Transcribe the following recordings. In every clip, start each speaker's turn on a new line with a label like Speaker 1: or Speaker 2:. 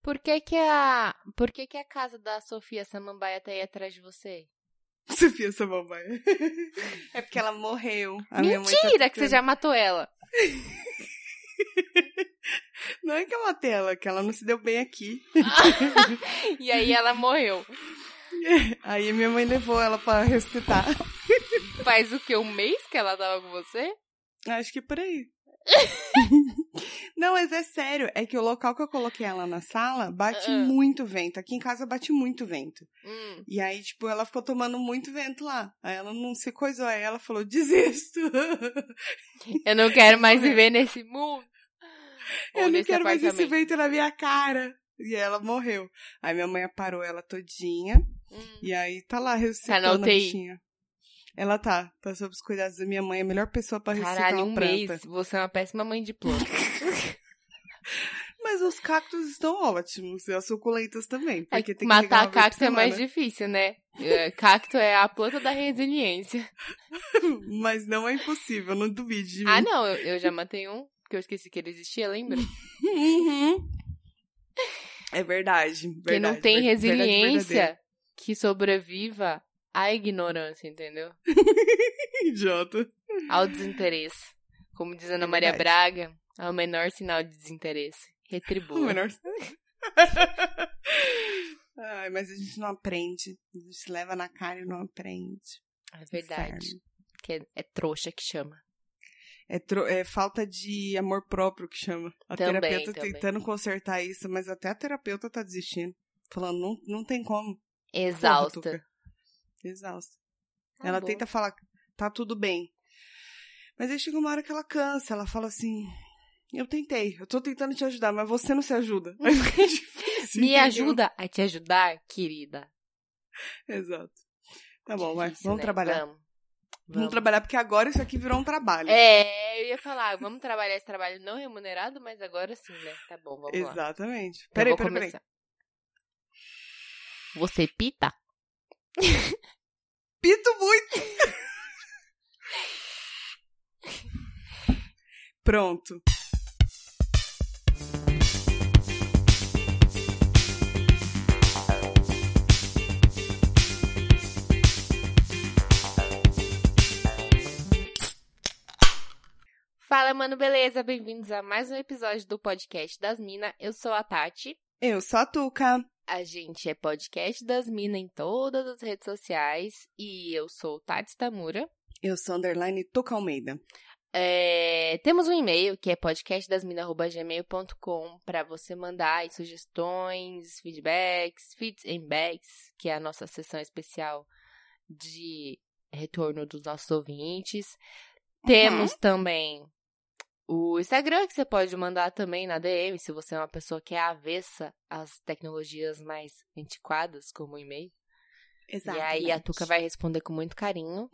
Speaker 1: Por que que a, por que que a casa da Sofia Samambaia tá aí atrás de você?
Speaker 2: Sofia Samambaia. É porque ela morreu. A minha mãe tá
Speaker 1: Mentira que você
Speaker 2: tentando-
Speaker 1: já matou ela.
Speaker 2: Não é que eu matei ela, que ela não se deu bem aqui.
Speaker 1: E aí ela morreu.
Speaker 2: Aí minha mãe levou ela pra ressuscitar.
Speaker 1: Faz o que? Um mês que ela tava com você?
Speaker 2: Acho que é por aí. não, mas é sério. É que o local que eu coloquei ela na sala bate
Speaker 1: Ah.
Speaker 2: muito vento. Aqui em casa bate muito vento.
Speaker 1: Hum.
Speaker 2: E aí, tipo, ela ficou tomando muito vento lá. Aí ela não se coisou. Aí ela falou, desisto.
Speaker 1: Eu não quero mais viver nesse mundo. Ou
Speaker 2: eu não
Speaker 1: nesse
Speaker 2: quero mais esse
Speaker 1: apartamento.
Speaker 2: vento na minha cara. E ela morreu. Aí minha mãe aparou ela todinha.
Speaker 1: Hum.
Speaker 2: E aí tá lá ressuscitando
Speaker 1: Tá na
Speaker 2: a
Speaker 1: UTI.
Speaker 2: bichinha. Ela tá, tá sob os cuidados da minha mãe, a melhor pessoa pra ressuscitar
Speaker 1: Caralho, um
Speaker 2: tá uma planta.
Speaker 1: mês. Você é uma péssima mãe de planta.
Speaker 2: Mas os cactos estão ótimos, e as suculentas também,
Speaker 1: É
Speaker 2: porque
Speaker 1: que
Speaker 2: tem que regar
Speaker 1: matar
Speaker 2: uma vez
Speaker 1: cacto
Speaker 2: por
Speaker 1: é mais
Speaker 2: semana.
Speaker 1: difícil, né? É, Cacto é a planta da resiliência.
Speaker 2: Mas não é impossível, não duvide de mim.
Speaker 1: Ah, não, eu, eu já matei um, porque eu esqueci que ele existia, lembra?
Speaker 2: Uhum. É verdade, verdade.
Speaker 1: Quem não tem
Speaker 2: ver- verdade verdadeira.
Speaker 1: resiliência, que sobreviva à ignorância, entendeu?
Speaker 2: Idiota.
Speaker 1: Ao desinteresse. Como diz Ana Maria Braga, ao menor sinal de desinteresse.
Speaker 2: O
Speaker 1: Retribua.
Speaker 2: menor... Ai, mas a gente não aprende. A gente se leva na cara e não aprende.
Speaker 1: É verdade.
Speaker 2: Inferno.
Speaker 1: Que é, é trouxa que chama.
Speaker 2: É, tro- é falta de amor próprio que chama. A
Speaker 1: Também,
Speaker 2: terapeuta
Speaker 1: também.
Speaker 2: tentando consertar isso, mas até a terapeuta tá desistindo. Falando, não, não tem como.
Speaker 1: Exausta.
Speaker 2: Tuca. Exausta.
Speaker 1: Tá
Speaker 2: ela
Speaker 1: bom.
Speaker 2: tenta falar, tá tudo bem. Mas aí chega uma hora que ela cansa, ela fala assim. Eu tentei, eu tô tentando te ajudar, mas você não se ajuda. Aí fica difícil,
Speaker 1: Me
Speaker 2: entendeu?
Speaker 1: ajuda a te ajudar, querida.
Speaker 2: Exato. Tá bom, vai.
Speaker 1: Difícil,
Speaker 2: Vamos
Speaker 1: né?
Speaker 2: trabalhar. Vamos.
Speaker 1: Vamos. Vamos.
Speaker 2: trabalhar, porque agora isso aqui virou um trabalho.
Speaker 1: É, eu ia falar, vamos trabalhar esse trabalho não remunerado, mas agora sim, né? Tá bom, vamos lá.
Speaker 2: Exatamente.
Speaker 1: Eu
Speaker 2: Peraí,
Speaker 1: vou
Speaker 2: peraí, peraí.
Speaker 1: começar. Você pita?
Speaker 2: Pito muito! Pronto.
Speaker 1: Fala, mano, beleza? Bem-vindos a mais um episódio do podcast das Minas. Eu sou a Tati.
Speaker 2: Eu sou a Tuca.
Speaker 1: A gente é podcast das Minas em todas as redes sociais e eu sou Tati Tamura.
Speaker 2: Eu sou underline Tuca Almeida.
Speaker 1: É, temos um e-mail que é podcastdasmina.gmail.com para você mandar aí sugestões, feedbacks, feeds and backs, que é a nossa sessão especial de retorno dos nossos ouvintes. Temos também o Instagram, que você pode mandar também na DM, se você é uma pessoa que é avessa às tecnologias mais antiquadas, como o e-mail. E aí a Tuca vai responder com muito carinho.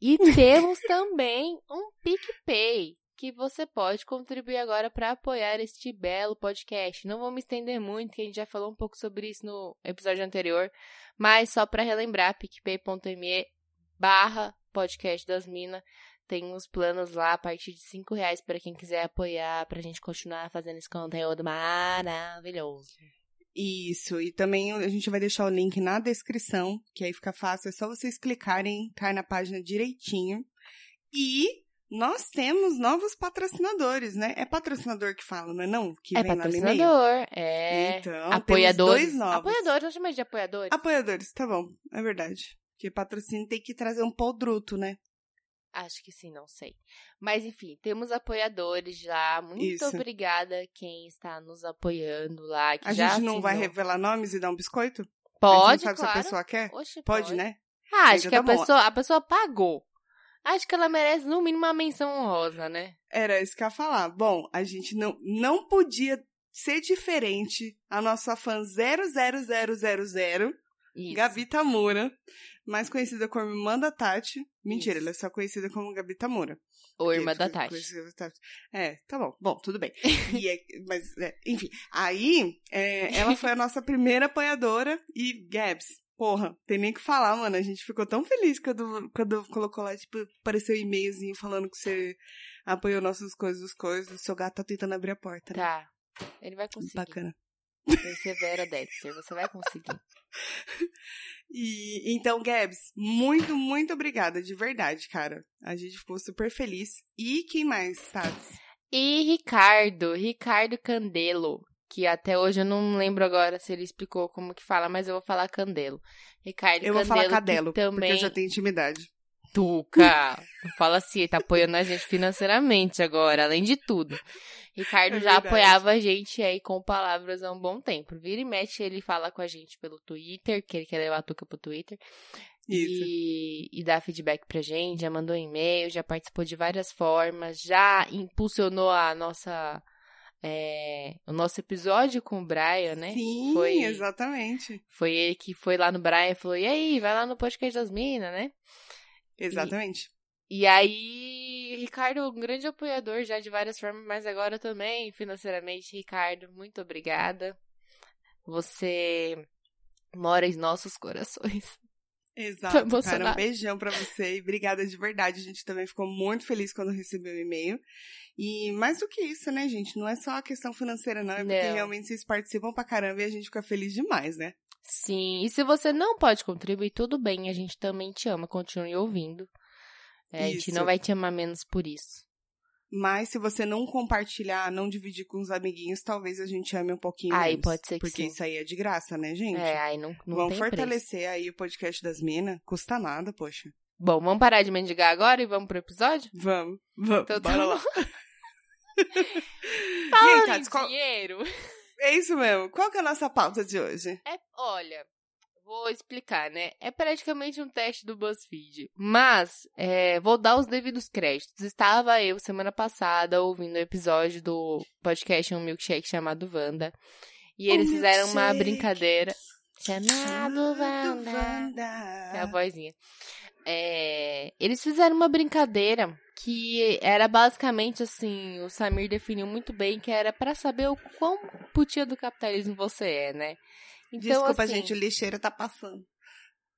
Speaker 1: E temos também um PicPay que você pode contribuir agora para apoiar este belo podcast. Não vou me estender muito, que a gente já falou um pouco sobre isso no episódio anterior, mas só para relembrar, picpay.me barra podcast das minas. Tem uns planos lá a partir de 5 reais para quem quiser apoiar, pra gente continuar fazendo esse conteúdo maravilhoso.
Speaker 2: Isso, e também a gente vai deixar o link na descrição, que aí fica fácil, é só vocês clicarem, cai na página direitinho. E nós temos novos patrocinadores, né? É patrocinador que fala, não é não? Que
Speaker 1: é
Speaker 2: vem lá no e-mail?
Speaker 1: patrocinador, é...
Speaker 2: Então,
Speaker 1: Apoiadores.
Speaker 2: temos dois novos.
Speaker 1: Apoiadores, não chama de apoiadores.
Speaker 2: Apoiadores, tá bom, é verdade. Porque patrocínio tem que trazer um podruto, né?
Speaker 1: Acho que sim, não sei. Mas enfim, temos apoiadores lá. Muito
Speaker 2: Isso.
Speaker 1: obrigada quem está nos apoiando lá. Que
Speaker 2: A
Speaker 1: já
Speaker 2: gente não vai
Speaker 1: assinou.
Speaker 2: revelar nomes e dar um biscoito? a
Speaker 1: Pode,
Speaker 2: gente não sabe se
Speaker 1: claro.
Speaker 2: a pessoa quer?
Speaker 1: Oxe,
Speaker 2: Pode, né?
Speaker 1: Ah,
Speaker 2: Aí
Speaker 1: acho
Speaker 2: já
Speaker 1: que
Speaker 2: tá
Speaker 1: a
Speaker 2: bom.
Speaker 1: pessoa, a pessoa pagou. Acho que ela merece no mínimo uma menção honrosa, né?
Speaker 2: Era isso que eu ia falar. Bom, a gente não, não podia ser diferente a nossa fã 00000,
Speaker 1: Isso.
Speaker 2: Gabi Tamura, mais conhecida como Irmã da Tati. Mentira,
Speaker 1: Isso.
Speaker 2: ela é só conhecida como Gabi Tamura.
Speaker 1: Ou irmã
Speaker 2: Porque
Speaker 1: da
Speaker 2: fica
Speaker 1: Tati.
Speaker 2: conhecida como Tati. É, tá bom. Bom, tudo bem. E é- mas, é, enfim. Aí, é, ela foi a nossa primeira apoiadora e Gabs. Porra, tem nem o que falar, mano. A gente ficou tão feliz quando, quando colocou lá, tipo, apareceu um e-mailzinho falando que você apoiou nossas coisas, as coisas. O seu gato tá tentando abrir a porta, né?
Speaker 1: Tá. Ele vai conseguir.
Speaker 2: Bacana.
Speaker 1: Persevera, Dexter. Você vai conseguir.
Speaker 2: E então, Gabs, muito, muito obrigada, de verdade, cara. A gente ficou super feliz. E quem mais, Tats?
Speaker 1: E Ricardo, Ricardo Candelo, que até hoje eu não lembro agora se ele explicou como que fala, mas eu vou falar Candelo. Ricardo
Speaker 2: Eu
Speaker 1: Candelo,
Speaker 2: vou falar
Speaker 1: que
Speaker 2: cadelo, porque
Speaker 1: também
Speaker 2: eu já tenho intimidade.
Speaker 1: Tuca! Fala assim, ele tá apoiando a gente financeiramente agora, além de tudo. Ricardo
Speaker 2: É
Speaker 1: já
Speaker 2: verdade.
Speaker 1: apoiava a gente aí com palavras há um bom tempo. Vira e mexe, ele fala com a gente pelo Twitter, que ele quer levar a Tuca pro Twitter.
Speaker 2: Isso.
Speaker 1: E, e dá feedback pra gente, já mandou e-mail, já participou de várias formas, já impulsionou a nossa. é, o nosso episódio com o Brian, né?
Speaker 2: Sim,
Speaker 1: Foi-
Speaker 2: exatamente.
Speaker 1: Foi ele que foi lá no Brian e falou: e aí, vai lá no podcast das minas, né?
Speaker 2: Exatamente.
Speaker 1: E aí, Ricardo, um grande apoiador já de várias formas, mas agora também financeiramente, Ricardo, muito obrigada. Você mora em nossos corações.
Speaker 2: Exato, cara. Um
Speaker 1: emocionada.
Speaker 2: beijão pra você e obrigada de verdade. A gente também ficou muito feliz quando recebeu o e-mail. E mais do que isso, né, gente? Não é só a questão financeira, não. É porque
Speaker 1: Não.
Speaker 2: realmente vocês participam pra caramba e a gente fica feliz demais, né?
Speaker 1: Sim, e se você não pode contribuir, tudo bem, a gente também te ama, continue ouvindo. É, a gente
Speaker 2: Isso.
Speaker 1: não vai te amar menos por isso.
Speaker 2: Mas se você não compartilhar, não dividir com os amiguinhos, talvez a gente ame um pouquinho
Speaker 1: Aí
Speaker 2: menos.
Speaker 1: pode ser que
Speaker 2: Porque
Speaker 1: sim.
Speaker 2: isso aí é de graça, né, gente?
Speaker 1: É, aí não, não
Speaker 2: Vamos
Speaker 1: tem preço.
Speaker 2: fortalecer aí o podcast das minas. Custa nada, poxa.
Speaker 1: Bom, vamos parar de mendigar agora e vamos pro episódio?
Speaker 2: Vamos, vamos.
Speaker 1: Então tá
Speaker 2: bora lá. e aí,
Speaker 1: Falando
Speaker 2: Tati,
Speaker 1: em
Speaker 2: qual-
Speaker 1: dinheiro...
Speaker 2: é isso mesmo. Qual que é a nossa pauta de hoje?
Speaker 1: É, olha, vou explicar, né? É praticamente um teste do BuzzFeed. Mas, é, vou dar os devidos créditos. Estava eu, semana passada, ouvindo o episódio do podcast Um Milkshake chamado Wanda. E
Speaker 2: Um
Speaker 1: eles fizeram uma
Speaker 2: milkshake.
Speaker 1: brincadeira. É Chamado
Speaker 2: Chamado
Speaker 1: Wanda. É a
Speaker 2: Wanda.
Speaker 1: vozinha. É, eles fizeram uma brincadeira que era basicamente assim, o Samir definiu muito bem que era pra saber o quão putinha do capitalismo você é, né?
Speaker 2: Desculpa,
Speaker 1: assim,
Speaker 2: gente, o lixeiro tá passando.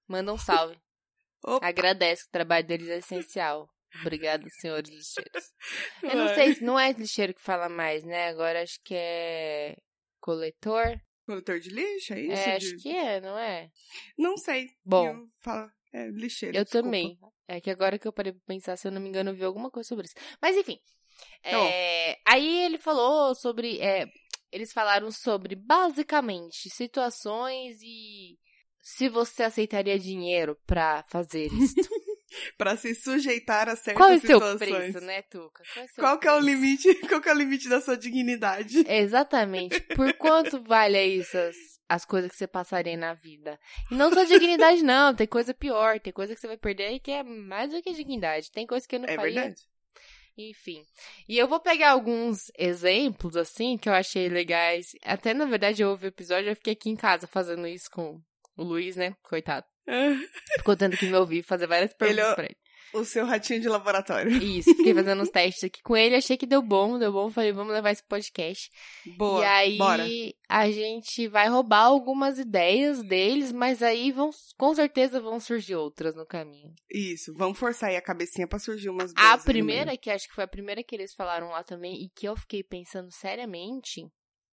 Speaker 1: Manda um salve.
Speaker 2: Opa.
Speaker 1: Agradece que o trabalho deles é essencial. Obrigada, senhores lixeiros. Eu não sei, se não é lixeiro que fala mais, né? Agora acho que é coletor.
Speaker 2: Coletor de lixo, é isso?
Speaker 1: é,
Speaker 2: De-
Speaker 1: acho que é, não é?
Speaker 2: Não sei.
Speaker 1: Bom,
Speaker 2: Eu falo, é lixeiro.
Speaker 1: Eu
Speaker 2: desculpa.
Speaker 1: também. É que agora que eu parei pra pensar, se eu não me engano, eu vi alguma coisa sobre isso. Mas enfim.
Speaker 2: Tá bom.
Speaker 1: É, Aí ele falou sobre. é, eles falaram sobre basicamente situações e se você aceitaria dinheiro pra fazer isso.
Speaker 2: Pra se sujeitar a certas
Speaker 1: Qual é o seu
Speaker 2: situações.
Speaker 1: preço, né, Tuca? Qual é, o seu
Speaker 2: Qual que é o
Speaker 1: preço?
Speaker 2: limite? Qual que é o limite da sua dignidade?
Speaker 1: Exatamente. Por quanto vale isso as, as coisas que você passaria na vida? E não só dignidade, não. Tem coisa pior. Tem coisa que você vai perder aí que é mais do que dignidade. Tem coisa que eu não
Speaker 2: É
Speaker 1: faria.
Speaker 2: verdade.
Speaker 1: Enfim. E eu vou pegar alguns exemplos, assim, que eu achei legais. Até, na verdade, eu ouvi o episódio, eu fiquei aqui em casa fazendo isso com o Luiz, né? Coitado. Ficou tendo que me ouvir fazer várias perguntas
Speaker 2: Ele-
Speaker 1: pra ele.
Speaker 2: É, O seu ratinho de laboratório.
Speaker 1: Isso, fiquei fazendo uns testes aqui com ele, achei que deu bom, deu bom. Falei, vamos levar esse podcast.
Speaker 2: Boa.
Speaker 1: e aí,
Speaker 2: Bora.
Speaker 1: a gente vai roubar algumas ideias deles, mas aí vão, com certeza vão surgir outras no caminho.
Speaker 2: Isso. Vamos forçar aí a cabecinha pra surgir umas boas.
Speaker 1: A
Speaker 2: primeiro.
Speaker 1: primeira, que acho que foi a primeira que eles falaram lá também, e que eu fiquei pensando seriamente.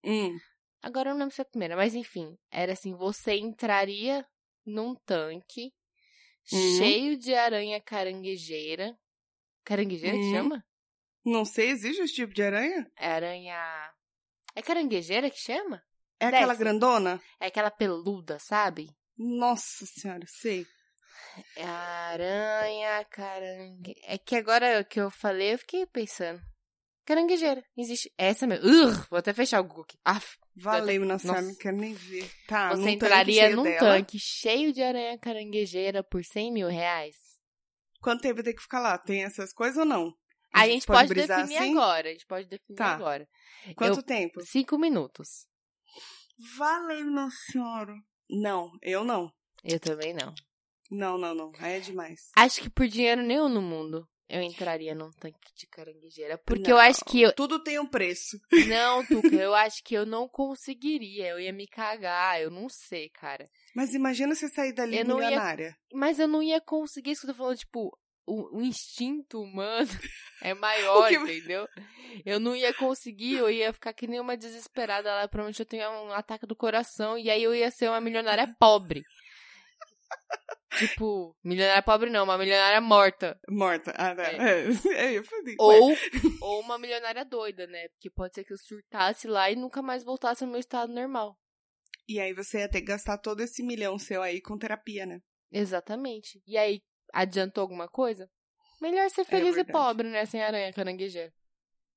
Speaker 2: Hum.
Speaker 1: Agora eu não lembro se é a primeira, mas enfim, era assim: você entraria num tanque
Speaker 2: Hum.
Speaker 1: cheio de aranha caranguejeira. Caranguejeira que
Speaker 2: Hum.
Speaker 1: chama?
Speaker 2: Não sei, existe esse tipo de aranha?
Speaker 1: É aranha. É caranguejeira que chama?
Speaker 2: É
Speaker 1: Deve.
Speaker 2: aquela grandona?
Speaker 1: É aquela peluda, sabe?
Speaker 2: Nossa senhora, sei.
Speaker 1: É aranha caranguejeira. É que agora que eu falei, eu fiquei pensando. Caranguejeira, existe. Essa mesmo. Urgh, vou até fechar o Google aqui. Aff.
Speaker 2: Valeu, nossa,
Speaker 1: Nossa.
Speaker 2: não quero nem ver. Tá, num
Speaker 1: Você
Speaker 2: tanque
Speaker 1: entraria
Speaker 2: cheio
Speaker 1: num
Speaker 2: dela.
Speaker 1: tanque cheio de aranha caranguejeira por 100 mil reais?
Speaker 2: Quanto tempo tem que ficar lá? Tem essas coisas ou não?
Speaker 1: A gente pode,
Speaker 2: brisar
Speaker 1: definir
Speaker 2: assim?
Speaker 1: agora. A gente pode definir
Speaker 2: Tá.
Speaker 1: agora.
Speaker 2: Quanto tempo?
Speaker 1: Cinco minutos.
Speaker 2: Valeu, nossa senhora. Não, eu não.
Speaker 1: Eu também não.
Speaker 2: Não, não, não. Aí é demais.
Speaker 1: Acho que por dinheiro nenhum no mundo eu entraria num tanque de caranguejeira. Porque eu
Speaker 2: Não.
Speaker 1: acho que eu.
Speaker 2: Tudo tem um preço.
Speaker 1: Não, Tuca, eu acho que eu não conseguiria. Eu ia me cagar. Eu não sei, cara.
Speaker 2: Mas imagina você sair dali
Speaker 1: Eu não ia-
Speaker 2: milionária.
Speaker 1: Mas eu não ia conseguir isso que eu tô falando, tipo, o, o instinto humano é maior,
Speaker 2: O que-
Speaker 1: entendeu? Eu não ia conseguir, eu ia ficar que nem uma desesperada lá, provavelmente eu tinha um ataque do coração, e aí eu ia ser uma milionária pobre. tipo, milionária pobre não, uma milionária morta.
Speaker 2: Morta. Ah, tá.
Speaker 1: É.
Speaker 2: É. é, eu falei. ué,
Speaker 1: Ou, ou uma milionária doida, né? Porque pode ser que eu surtasse lá e nunca mais voltasse ao meu estado normal.
Speaker 2: E aí você ia ter que gastar todo esse milhão seu aí com terapia, né?
Speaker 1: Exatamente. E aí, adiantou alguma coisa? Melhor ser feliz e
Speaker 2: É verdade.
Speaker 1: pobre, né? Sem aranha caranguejeira.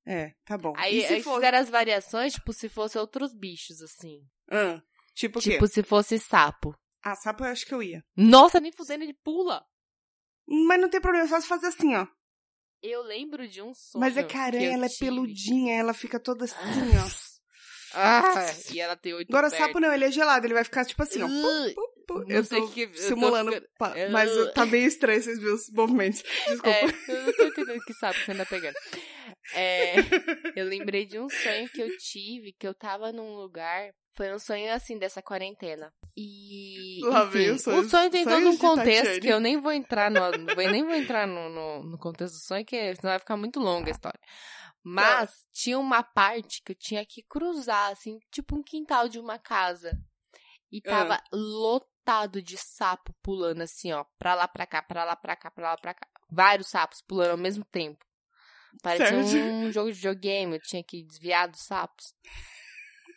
Speaker 2: É, tá bom.
Speaker 1: Aí
Speaker 2: e se
Speaker 1: eles
Speaker 2: for...
Speaker 1: fizeram as variações, tipo, se fosse outros bichos, assim.
Speaker 2: Ah, tipo o quê?
Speaker 1: Tipo, se fosse sapo.
Speaker 2: Ah, sapo eu acho que eu ia.
Speaker 1: Nossa, nem fudendo, ele pula.
Speaker 2: Mas não tem problema, é só se fazer assim, ó.
Speaker 1: Eu lembro de um sonho.
Speaker 2: Mas é que a aranha,
Speaker 1: eu
Speaker 2: ela é
Speaker 1: tive.
Speaker 2: peludinha, ela fica toda assim, ó.
Speaker 1: Ah, e ela tem oito
Speaker 2: Agora,
Speaker 1: pernas.
Speaker 2: sapo não, ele é gelado, ele vai ficar tipo assim, ó.
Speaker 1: Ugh,
Speaker 2: Pô,
Speaker 1: Não
Speaker 2: eu
Speaker 1: sei
Speaker 2: tô
Speaker 1: que- eu tô
Speaker 2: simulando,
Speaker 1: ficando-
Speaker 2: pa-
Speaker 1: eu-
Speaker 2: mas eu- tá bem estranho esses meus movimentos. Desculpa.
Speaker 1: é, eu não tô entendendo que sapo que você anda pegando. É, eu lembrei de um sonho que eu tive, que eu tava num lugar... Foi um sonho, assim, dessa quarentena. E...
Speaker 2: Lá
Speaker 1: enfim,
Speaker 2: vem o sonho-
Speaker 1: O sonho tem todo
Speaker 2: sonhos
Speaker 1: um
Speaker 2: de
Speaker 1: contexto
Speaker 2: Tatiane.
Speaker 1: que eu nem vou entrar no... não vou- nem vou entrar no, no, no contexto do sonho, que senão vai ficar muito longa a história. Mas
Speaker 2: Tá.
Speaker 1: tinha uma parte que eu tinha que cruzar, assim, tipo um quintal de uma casa. E
Speaker 2: Ah.
Speaker 1: tava lotado de sapo pulando, assim, ó, pra lá, pra cá, pra lá, pra cá, pra lá, pra cá. Vários sapos pulando ao mesmo tempo. Parecia
Speaker 2: Certo.
Speaker 1: um jogo de videogame, eu tinha que desviar dos sapos.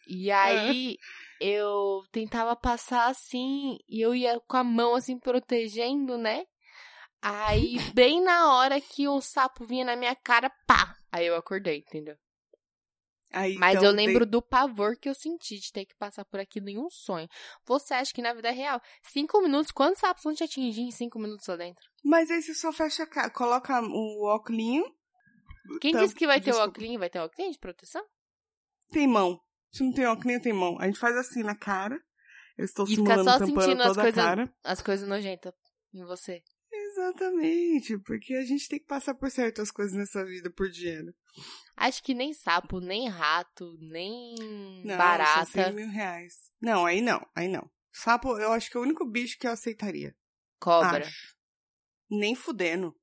Speaker 1: E aí, eu tentava passar assim, e eu ia com a mão assim, protegendo, né? Aí, bem na hora que um sapo vinha na minha cara, pá! Aí eu acordei, entendeu?
Speaker 2: Aí,
Speaker 1: Mas
Speaker 2: então,
Speaker 1: eu lembro do pavor que eu senti de ter que passar por aqui nenhum sonho. Você acha que na vida real, cinco minutos, quantos sapos vão te atingir em cinco minutos lá dentro?
Speaker 2: Mas aí você só fecha a cara, coloca o óculinho,
Speaker 1: Quem
Speaker 2: Tá,
Speaker 1: disse que vai ter o
Speaker 2: desculpa.
Speaker 1: óculos? Vai ter o óculos de proteção?
Speaker 2: tem mão. Se não tem óculinho, tem mão. A gente faz assim na cara. Eu estou
Speaker 1: E fica
Speaker 2: simulando
Speaker 1: só
Speaker 2: tampando
Speaker 1: sentindo as
Speaker 2: toda
Speaker 1: coisas-
Speaker 2: a cara.
Speaker 1: As coisas nojentas em você.
Speaker 2: Exatamente, porque a gente tem que passar por certas coisas nessa vida por dinheiro.
Speaker 1: Acho que nem sapo, nem rato, nem
Speaker 2: Não,
Speaker 1: Hum, barata.
Speaker 2: são 100 mil reais. Não, aí não, aí não. Sapo, eu acho que é o único bicho que eu aceitaria.
Speaker 1: Cobra.
Speaker 2: Acho. Nem fudendo.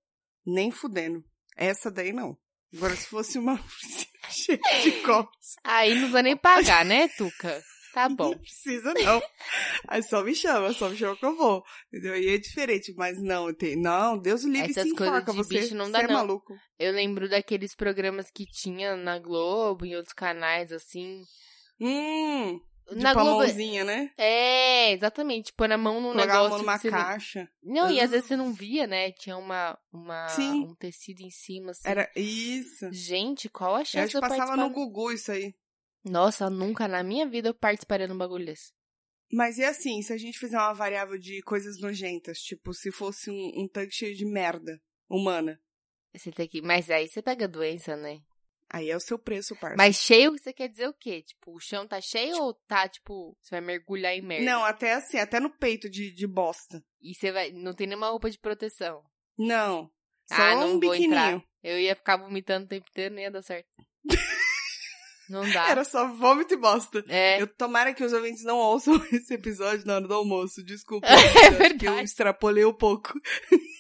Speaker 2: Nem fudendo. Essa daí não. Agora, se fosse uma cheia de copos,
Speaker 1: Aí não vai nem pagar, né, Tuca? Tá bom.
Speaker 2: não precisa, não. Aí só me chama, só me chama que eu vou. Entendeu? E é diferente, mas não, tem. Não, Deus o livre
Speaker 1: Essas
Speaker 2: se
Speaker 1: coisas
Speaker 2: enforca.
Speaker 1: de
Speaker 2: Você,
Speaker 1: bicho não
Speaker 2: você
Speaker 1: dá,
Speaker 2: é
Speaker 1: não.
Speaker 2: maluco.
Speaker 1: Eu lembro daqueles programas que tinha na Globo, em outros canais, assim.
Speaker 2: Hum, de
Speaker 1: na Globo.
Speaker 2: mãozinha, né?
Speaker 1: É, exatamente. Pôr a mão num
Speaker 2: Colocar a
Speaker 1: negócio.
Speaker 2: mão numa
Speaker 1: que você não...
Speaker 2: caixa.
Speaker 1: não, e às vezes você não via, né? Tinha uma, uma
Speaker 2: Sim.
Speaker 1: um tecido em cima, assim.
Speaker 2: Era isso.
Speaker 1: Gente, qual a
Speaker 2: Eu
Speaker 1: chance
Speaker 2: acho
Speaker 1: de
Speaker 2: que
Speaker 1: eu
Speaker 2: passava
Speaker 1: participar?
Speaker 2: no Gugu isso aí.
Speaker 1: Nossa, nunca na minha vida eu participaria de um bagulho desse.
Speaker 2: Mas e assim, se a gente fizer uma variável de coisas nojentas, tipo, se fosse um, um tanque cheio de merda humana,
Speaker 1: Você tem que... Mas aí você pega doença, né?
Speaker 2: aí é o seu preço, parça.
Speaker 1: Mas cheio, você quer dizer o quê? Tipo, o chão tá cheio ou tá, tipo, você vai mergulhar em merda?
Speaker 2: Não, até assim, até no peito de, de bosta.
Speaker 1: E você vai. Não tem nenhuma roupa de proteção.
Speaker 2: Não. Só
Speaker 1: Ah, não
Speaker 2: um
Speaker 1: vou
Speaker 2: biquininho.
Speaker 1: entrar. Eu ia ficar vomitando o tempo inteiro, não ia dar certo. não dá.
Speaker 2: Era só vômito e bosta.
Speaker 1: É.
Speaker 2: Eu tomara que os ouvintes não ouçam esse episódio na hora do almoço. Desculpa.
Speaker 1: É
Speaker 2: eu acho que eu
Speaker 1: verdade.
Speaker 2: extrapolei um pouco.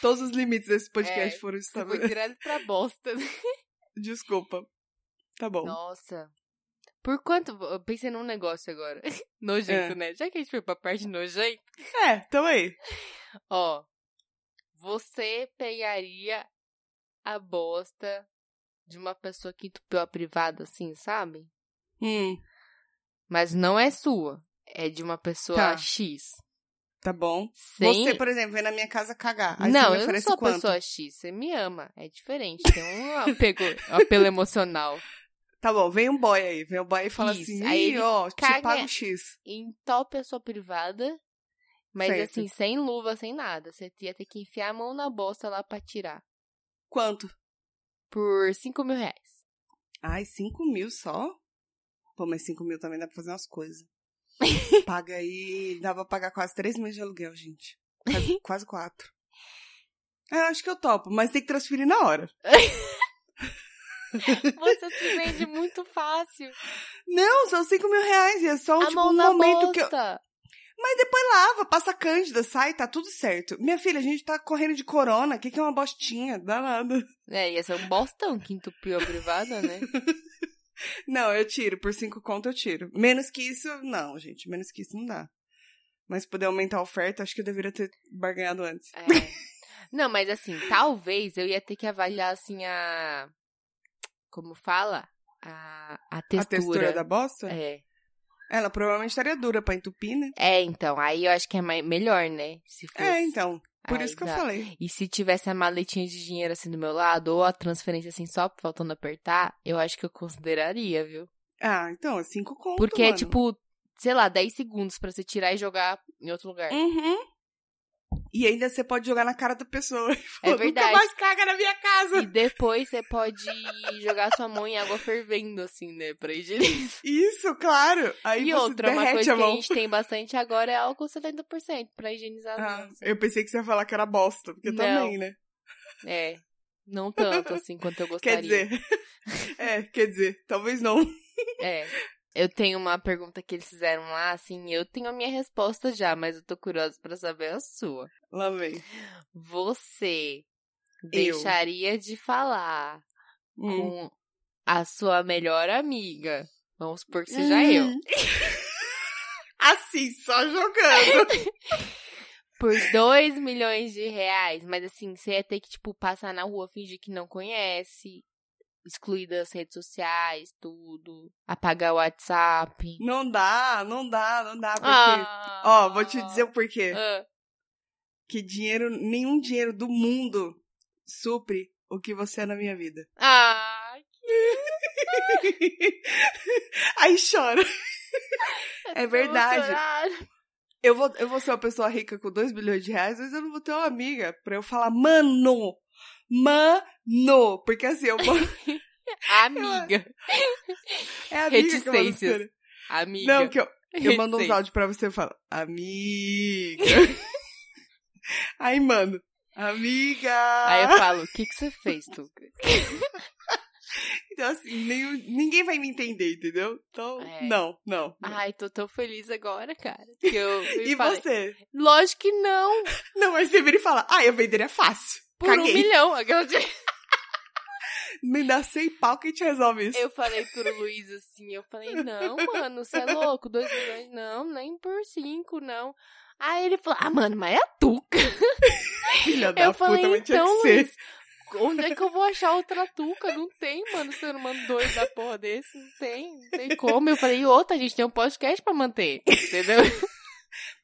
Speaker 2: Todos os limites desse podcast
Speaker 1: É,
Speaker 2: foram
Speaker 1: Você
Speaker 2: extrapolados.
Speaker 1: foi direto pra bosta. né?
Speaker 2: Desculpa. Tá bom.
Speaker 1: Nossa. Por quanto. Eu pensei num negócio agora. Nojento,
Speaker 2: É.
Speaker 1: né? Já que a gente foi pra parte nojento,
Speaker 2: É, tamo aí.
Speaker 1: ó. Você pegaria a bosta de uma pessoa que entupiu a privada, assim, sabe?
Speaker 2: Hum,
Speaker 1: Mas não é sua. É de uma pessoa
Speaker 2: Tá.
Speaker 1: X.
Speaker 2: tá bom.
Speaker 1: Sem...
Speaker 2: Você, por exemplo, vem na minha casa cagar. Aí
Speaker 1: não,
Speaker 2: você me
Speaker 1: eu não
Speaker 2: oferece
Speaker 1: sou a
Speaker 2: quanto?
Speaker 1: pessoa X. Você me ama. É diferente. Tem um apego, um apelo emocional.
Speaker 2: Tá bom, vem um boy aí. Vem um boy e fala
Speaker 1: Isso,
Speaker 2: assim,
Speaker 1: aí
Speaker 2: aí
Speaker 1: ele
Speaker 2: ó,
Speaker 1: caga-
Speaker 2: te pago X.
Speaker 1: Entope a sua privada. Mas
Speaker 2: Certo.
Speaker 1: assim, sem luva, sem nada. Você ia ter que enfiar a mão na bolsa lá pra tirar.
Speaker 2: Quanto?
Speaker 1: Por 5 mil reais.
Speaker 2: Ai, 5 mil só? Pô, mas 5 mil também dá pra fazer umas coisas. Paga aí, dá pra pagar quase 3 meses de aluguel, gente. Quase, quase 4. Eu acho que eu topo, mas tem que transferir na hora.
Speaker 1: Você se vende muito fácil.
Speaker 2: Não, são 5 mil reais e é só,
Speaker 1: a
Speaker 2: tipo,
Speaker 1: mão
Speaker 2: um
Speaker 1: na
Speaker 2: momento que eu...
Speaker 1: bolsa.
Speaker 2: Mas depois lava, passa cândida, sai, tá tudo certo. Minha filha, a gente tá correndo de corona, o que, que é uma bostinha? Danada.
Speaker 1: É, ia ser um bostão que entupiu a privada, né?
Speaker 2: Não, eu tiro, por cinco conto eu tiro. Menos que isso, não, gente, menos que isso não dá. Mas se puder aumentar a oferta, acho que eu deveria ter barganhado antes.
Speaker 1: É. Não, mas assim, talvez eu ia ter que avaliar, assim, a... Como fala? A, a textura.
Speaker 2: A textura da bosta?
Speaker 1: É.
Speaker 2: Ela provavelmente estaria dura pra entupir, né?
Speaker 1: É, então, aí eu acho que é mai- melhor, né? Se fosse.
Speaker 2: É, então. Por
Speaker 1: Ah,
Speaker 2: isso que eu
Speaker 1: exato.
Speaker 2: falei.
Speaker 1: E se tivesse a maletinha de dinheiro assim do meu lado, ou a transferência assim só faltando apertar, eu acho que eu consideraria, viu?
Speaker 2: Ah, então, é cinco conto,
Speaker 1: Porque é
Speaker 2: mano.
Speaker 1: tipo, sei lá, 10 segundos pra você tirar e jogar em outro lugar.
Speaker 2: Uhum. E ainda você pode jogar na cara da pessoa.
Speaker 1: É
Speaker 2: Nunca
Speaker 1: verdade.
Speaker 2: mais caga na minha casa.
Speaker 1: E depois você pode jogar sua mão em água fervendo, assim, né? Pra higienizar.
Speaker 2: Isso, claro. Aí
Speaker 1: E
Speaker 2: você
Speaker 1: outra, uma
Speaker 2: derrete
Speaker 1: coisa
Speaker 2: a
Speaker 1: que a
Speaker 2: mão.
Speaker 1: gente tem bastante agora é álcool 70% pra higienizar as
Speaker 2: Ah,
Speaker 1: mãos.
Speaker 2: eu pensei que você ia falar que era bosta, porque
Speaker 1: Não.
Speaker 2: também, né?
Speaker 1: É. Não tanto assim quanto eu gostaria.
Speaker 2: Quer dizer. é, quer dizer, talvez não.
Speaker 1: É. Eu tenho uma pergunta que eles fizeram lá, assim, eu tenho a minha resposta já, mas eu tô curiosa pra saber a sua.
Speaker 2: Lá vem.
Speaker 1: Você deixaria de falar
Speaker 2: Hum.
Speaker 1: com a sua melhor amiga? Vamos supor que seja é eu.
Speaker 2: Hum. assim, só jogando.
Speaker 1: Por 2 milhões de reais, mas assim, você ia ter que, tipo, passar na rua, fingir que não conhece, excluir das redes sociais, tudo, apagar o WhatsApp.
Speaker 2: não dá, não dá, não dá. Porque...
Speaker 1: Ah.
Speaker 2: Ó, vou te dizer o porquê.
Speaker 1: Ah.
Speaker 2: Que dinheiro, nenhum dinheiro do mundo supre o que você é na minha vida.
Speaker 1: Ah,
Speaker 2: Aí chora. É
Speaker 1: Eu vou
Speaker 2: verdade.
Speaker 1: chorar.
Speaker 2: Eu vou, eu vou ser uma pessoa rica com 2 bilhões de reais, mas eu não vou ter uma amiga pra eu falar, mano, mano, porque assim, eu moro-
Speaker 1: Amiga.
Speaker 2: é amiga que eu mando
Speaker 1: Reticências.
Speaker 2: sério.
Speaker 1: Amiga.
Speaker 2: Não, que eu, eu mando uns
Speaker 1: Reticência.
Speaker 2: áudios pra você e falo, amiga. Aí mando, amiga.
Speaker 1: Aí eu falo, o que, que você fez, tu?
Speaker 2: Então assim, nenhum- ninguém vai me entender, entendeu? Então,
Speaker 1: É.
Speaker 2: não, não.
Speaker 1: Ai, tô tão feliz agora, cara. Que eu falei,
Speaker 2: E você?
Speaker 1: Lógico que não.
Speaker 2: Não, mas você vira e fala, ah, eu venderia fácil.
Speaker 1: Por um
Speaker 2: Caguei.
Speaker 1: milhão. Aquela de-
Speaker 2: Me dá 100 pau que a gente resolve isso.
Speaker 1: Eu falei pro Luiz assim, eu falei, não, mano, você é louco, dois milhões, não, nem por cinco, não. Aí ele falou, ah, mano, mas é tu, cara.
Speaker 2: Filha da
Speaker 1: Eu
Speaker 2: puta,
Speaker 1: falei,
Speaker 2: mas tinha
Speaker 1: então,
Speaker 2: que ser.
Speaker 1: Luiz, onde é que eu vou achar outra tuca? Não tem, mano, ser humano doido da porra desse, não tem, não tem como. Eu falei, e outra, a gente tem um podcast pra manter, entendeu?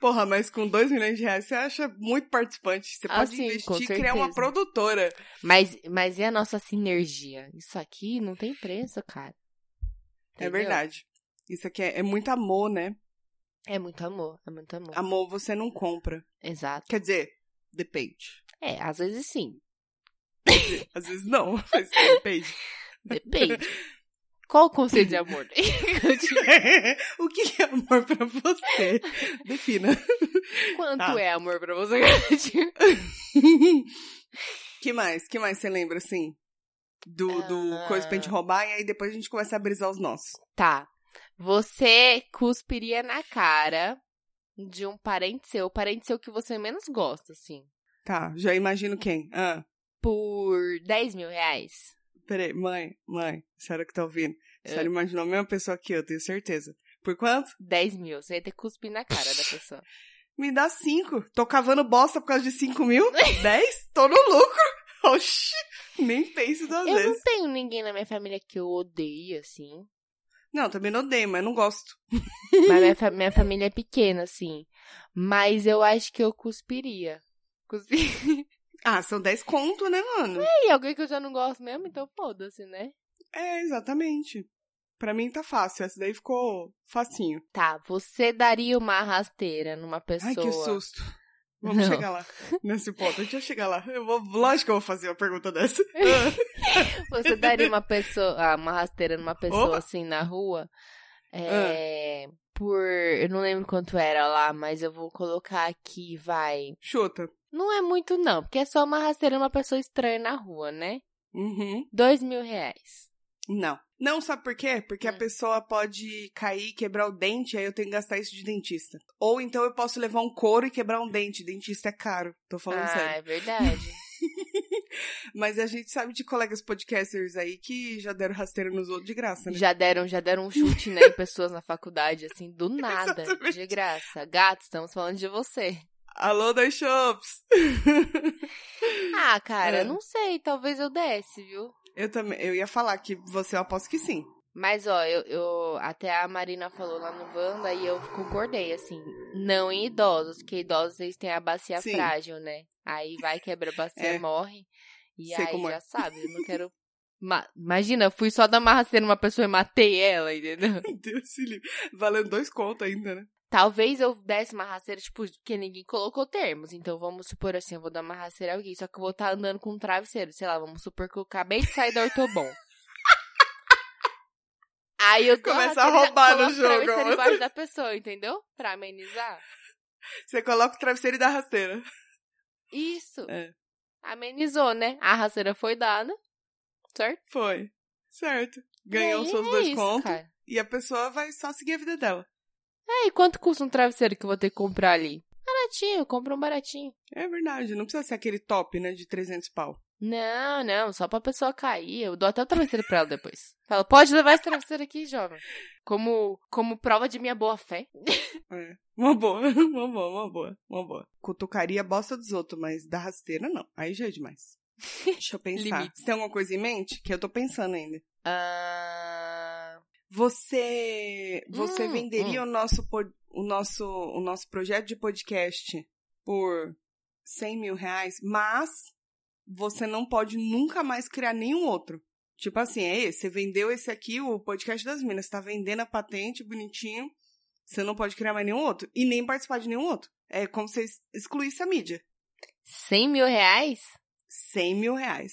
Speaker 2: Porra, mas com 2 milhões de reais você acha muito participante. Você
Speaker 1: Ah,
Speaker 2: pode
Speaker 1: sim, com
Speaker 2: investir e criar uma
Speaker 1: certeza.
Speaker 2: produtora. É
Speaker 1: Mas, mas e a nossa sinergia? Isso aqui não tem preço, cara.
Speaker 2: É
Speaker 1: Entendeu?
Speaker 2: verdade. Isso aqui é, é muito amor, né?
Speaker 1: É muito amor, é muito amor.
Speaker 2: Amor você não compra.
Speaker 1: Exato.
Speaker 2: Quer dizer, depende.
Speaker 1: É, às vezes sim.
Speaker 2: Às vezes não, mas depende.
Speaker 1: Depende. Qual o conceito de amor?
Speaker 2: o que é amor pra você? Defina.
Speaker 1: Quanto
Speaker 2: Tá.
Speaker 1: é amor pra você garantir?
Speaker 2: que mais? Que mais você lembra, assim? Do, do
Speaker 1: Ah.
Speaker 2: coisa pra gente roubar, e aí depois a gente começa a brisar os nossos.
Speaker 1: Tá. Você cuspiria na cara de um parente seu, parente seu que você menos gosta, assim,
Speaker 2: Tá, já imagino quem. Ah.
Speaker 1: por 10 mil reais?
Speaker 2: Peraí, mãe, mãe, a senhora que tá ouvindo. A senhora
Speaker 1: Eu-
Speaker 2: imaginou a mesma pessoa que eu, tenho certeza. Por quanto?
Speaker 1: 10 mil. Você ia ter que cuspir na cara da pessoa.
Speaker 2: Me dá cinco. Tô cavando bosta por causa de cinco mil? Dez? Tô no lucro. Oxi, nem penso duas
Speaker 1: Eu
Speaker 2: vezes.
Speaker 1: não tenho ninguém na minha família que eu odeie, assim.
Speaker 2: Não, também não odeio, mas não gosto.
Speaker 1: Mas minha, fa- minha família é pequena, assim. Mas eu acho que eu cuspiria. Cuspiria.
Speaker 2: Ah, são dez conto, né, mano?
Speaker 1: E alguém que eu já não gosto mesmo, então foda-se, né?
Speaker 2: É, exatamente. Pra mim tá fácil, essa daí ficou facinho.
Speaker 1: Tá, você daria uma rasteira numa pessoa.
Speaker 2: Ai, que susto. Vamos
Speaker 1: Não.
Speaker 2: chegar lá, nesse ponto. A gente vai chegar lá. Eu vou, lógico que eu vou fazer uma pergunta dessa.
Speaker 1: Você daria uma pessoa. ah, uma rasteira numa pessoa
Speaker 2: Opa. Ah.
Speaker 1: assim na rua. É. Por. Eu não lembro quanto era lá, mas eu vou colocar aqui, vai.
Speaker 2: Chuta.
Speaker 1: Não é muito, não, porque é só uma rasteira numa pessoa estranha na rua, né?
Speaker 2: Uhum.
Speaker 1: Dois mil reais.
Speaker 2: Não. Não, sabe por quê? Porque
Speaker 1: Hum.
Speaker 2: a pessoa pode cair, quebrar o dente, aí eu tenho que gastar isso de dentista. Ou então eu posso levar um couro e quebrar um dente. Dentista é caro, tô falando
Speaker 1: ah,
Speaker 2: sério.
Speaker 1: é verdade.
Speaker 2: Mas a gente sabe de colegas podcasters aí que já deram rasteira nos outros de graça, né?
Speaker 1: Já deram, já deram um chute, né, em pessoas na faculdade, assim, do nada,
Speaker 2: Exatamente.
Speaker 1: de graça. Gato, estamos falando de você.
Speaker 2: Alô, dois shops!
Speaker 1: Ah, cara,
Speaker 2: É.
Speaker 1: não sei, talvez eu desse, viu?
Speaker 2: Eu também, eu ia falar que você, eu aposto que sim.
Speaker 1: Mas, ó, eu, eu- até a Marina falou lá no Wanda e eu concordei, assim, não em idosos, porque idosos eles têm a bacia
Speaker 2: Sim.
Speaker 1: frágil, né? Aí vai, quebra a bacia,
Speaker 2: É.
Speaker 1: morre. E
Speaker 2: Sei
Speaker 1: aí
Speaker 2: como é.
Speaker 1: já sabe, eu não quero. Ma- Imagina, eu fui só dar uma rasteira numa pessoa e matei ela, entendeu?
Speaker 2: Deus se livre. Valendo dois contos ainda, né?
Speaker 1: Talvez eu desse uma rasteira, tipo, porque ninguém colocou termos. Então vamos supor assim, eu vou dar uma rasteira a alguém, só que eu vou estar andando com um travesseiro. Sei lá, vamos supor que eu acabei de sair da Ortobon. Aí eu dou
Speaker 2: Começa a
Speaker 1: rasteira,
Speaker 2: roubar no
Speaker 1: coloco o
Speaker 2: jogo,
Speaker 1: travesseiro
Speaker 2: outra.
Speaker 1: embaixo da pessoa, entendeu? Pra amenizar.
Speaker 2: Você coloca o travesseiro e dá rasteira.
Speaker 1: Isso.
Speaker 2: É.
Speaker 1: Amenizou, né? A rasteira foi dada. Certo?
Speaker 2: Foi. Certo.
Speaker 1: E
Speaker 2: Ganhou
Speaker 1: aí
Speaker 2: seus
Speaker 1: é
Speaker 2: dois
Speaker 1: isso,
Speaker 2: contos
Speaker 1: Cara.
Speaker 2: e a pessoa vai só seguir a vida dela.
Speaker 1: É, e quanto custa um travesseiro que eu vou ter que comprar ali? Baratinho, compra um baratinho.
Speaker 2: É verdade, não precisa ser aquele top, né, de 300 pau.
Speaker 1: Não, não, só pra pessoa cair. Eu dou até o travesseiro pra ela depois. Fala, pode levar esse travesseiro aqui, jovem. Como, como prova de minha boa fé.
Speaker 2: É. Uma boa, uma boa, uma boa, uma boa. Cutucaria a bosta dos outros, mas da rasteira não. Aí já é demais. Deixa eu pensar.
Speaker 1: Limites.
Speaker 2: Você tem alguma coisa em mente? Que eu tô pensando ainda.
Speaker 1: Ah,
Speaker 2: Você você
Speaker 1: Hum,
Speaker 2: venderia o nosso pod- o nosso o nosso projeto de podcast por 100 mil reais, mas você não pode nunca mais criar nenhum outro. Tipo assim, é esse, você vendeu esse aqui, o podcast das minas, você tá vendendo a patente bonitinho, você não pode criar mais nenhum outro e nem participar de nenhum outro. É como se você excluísse a mídia.
Speaker 1: 100 mil reais?
Speaker 2: 100 mil reais.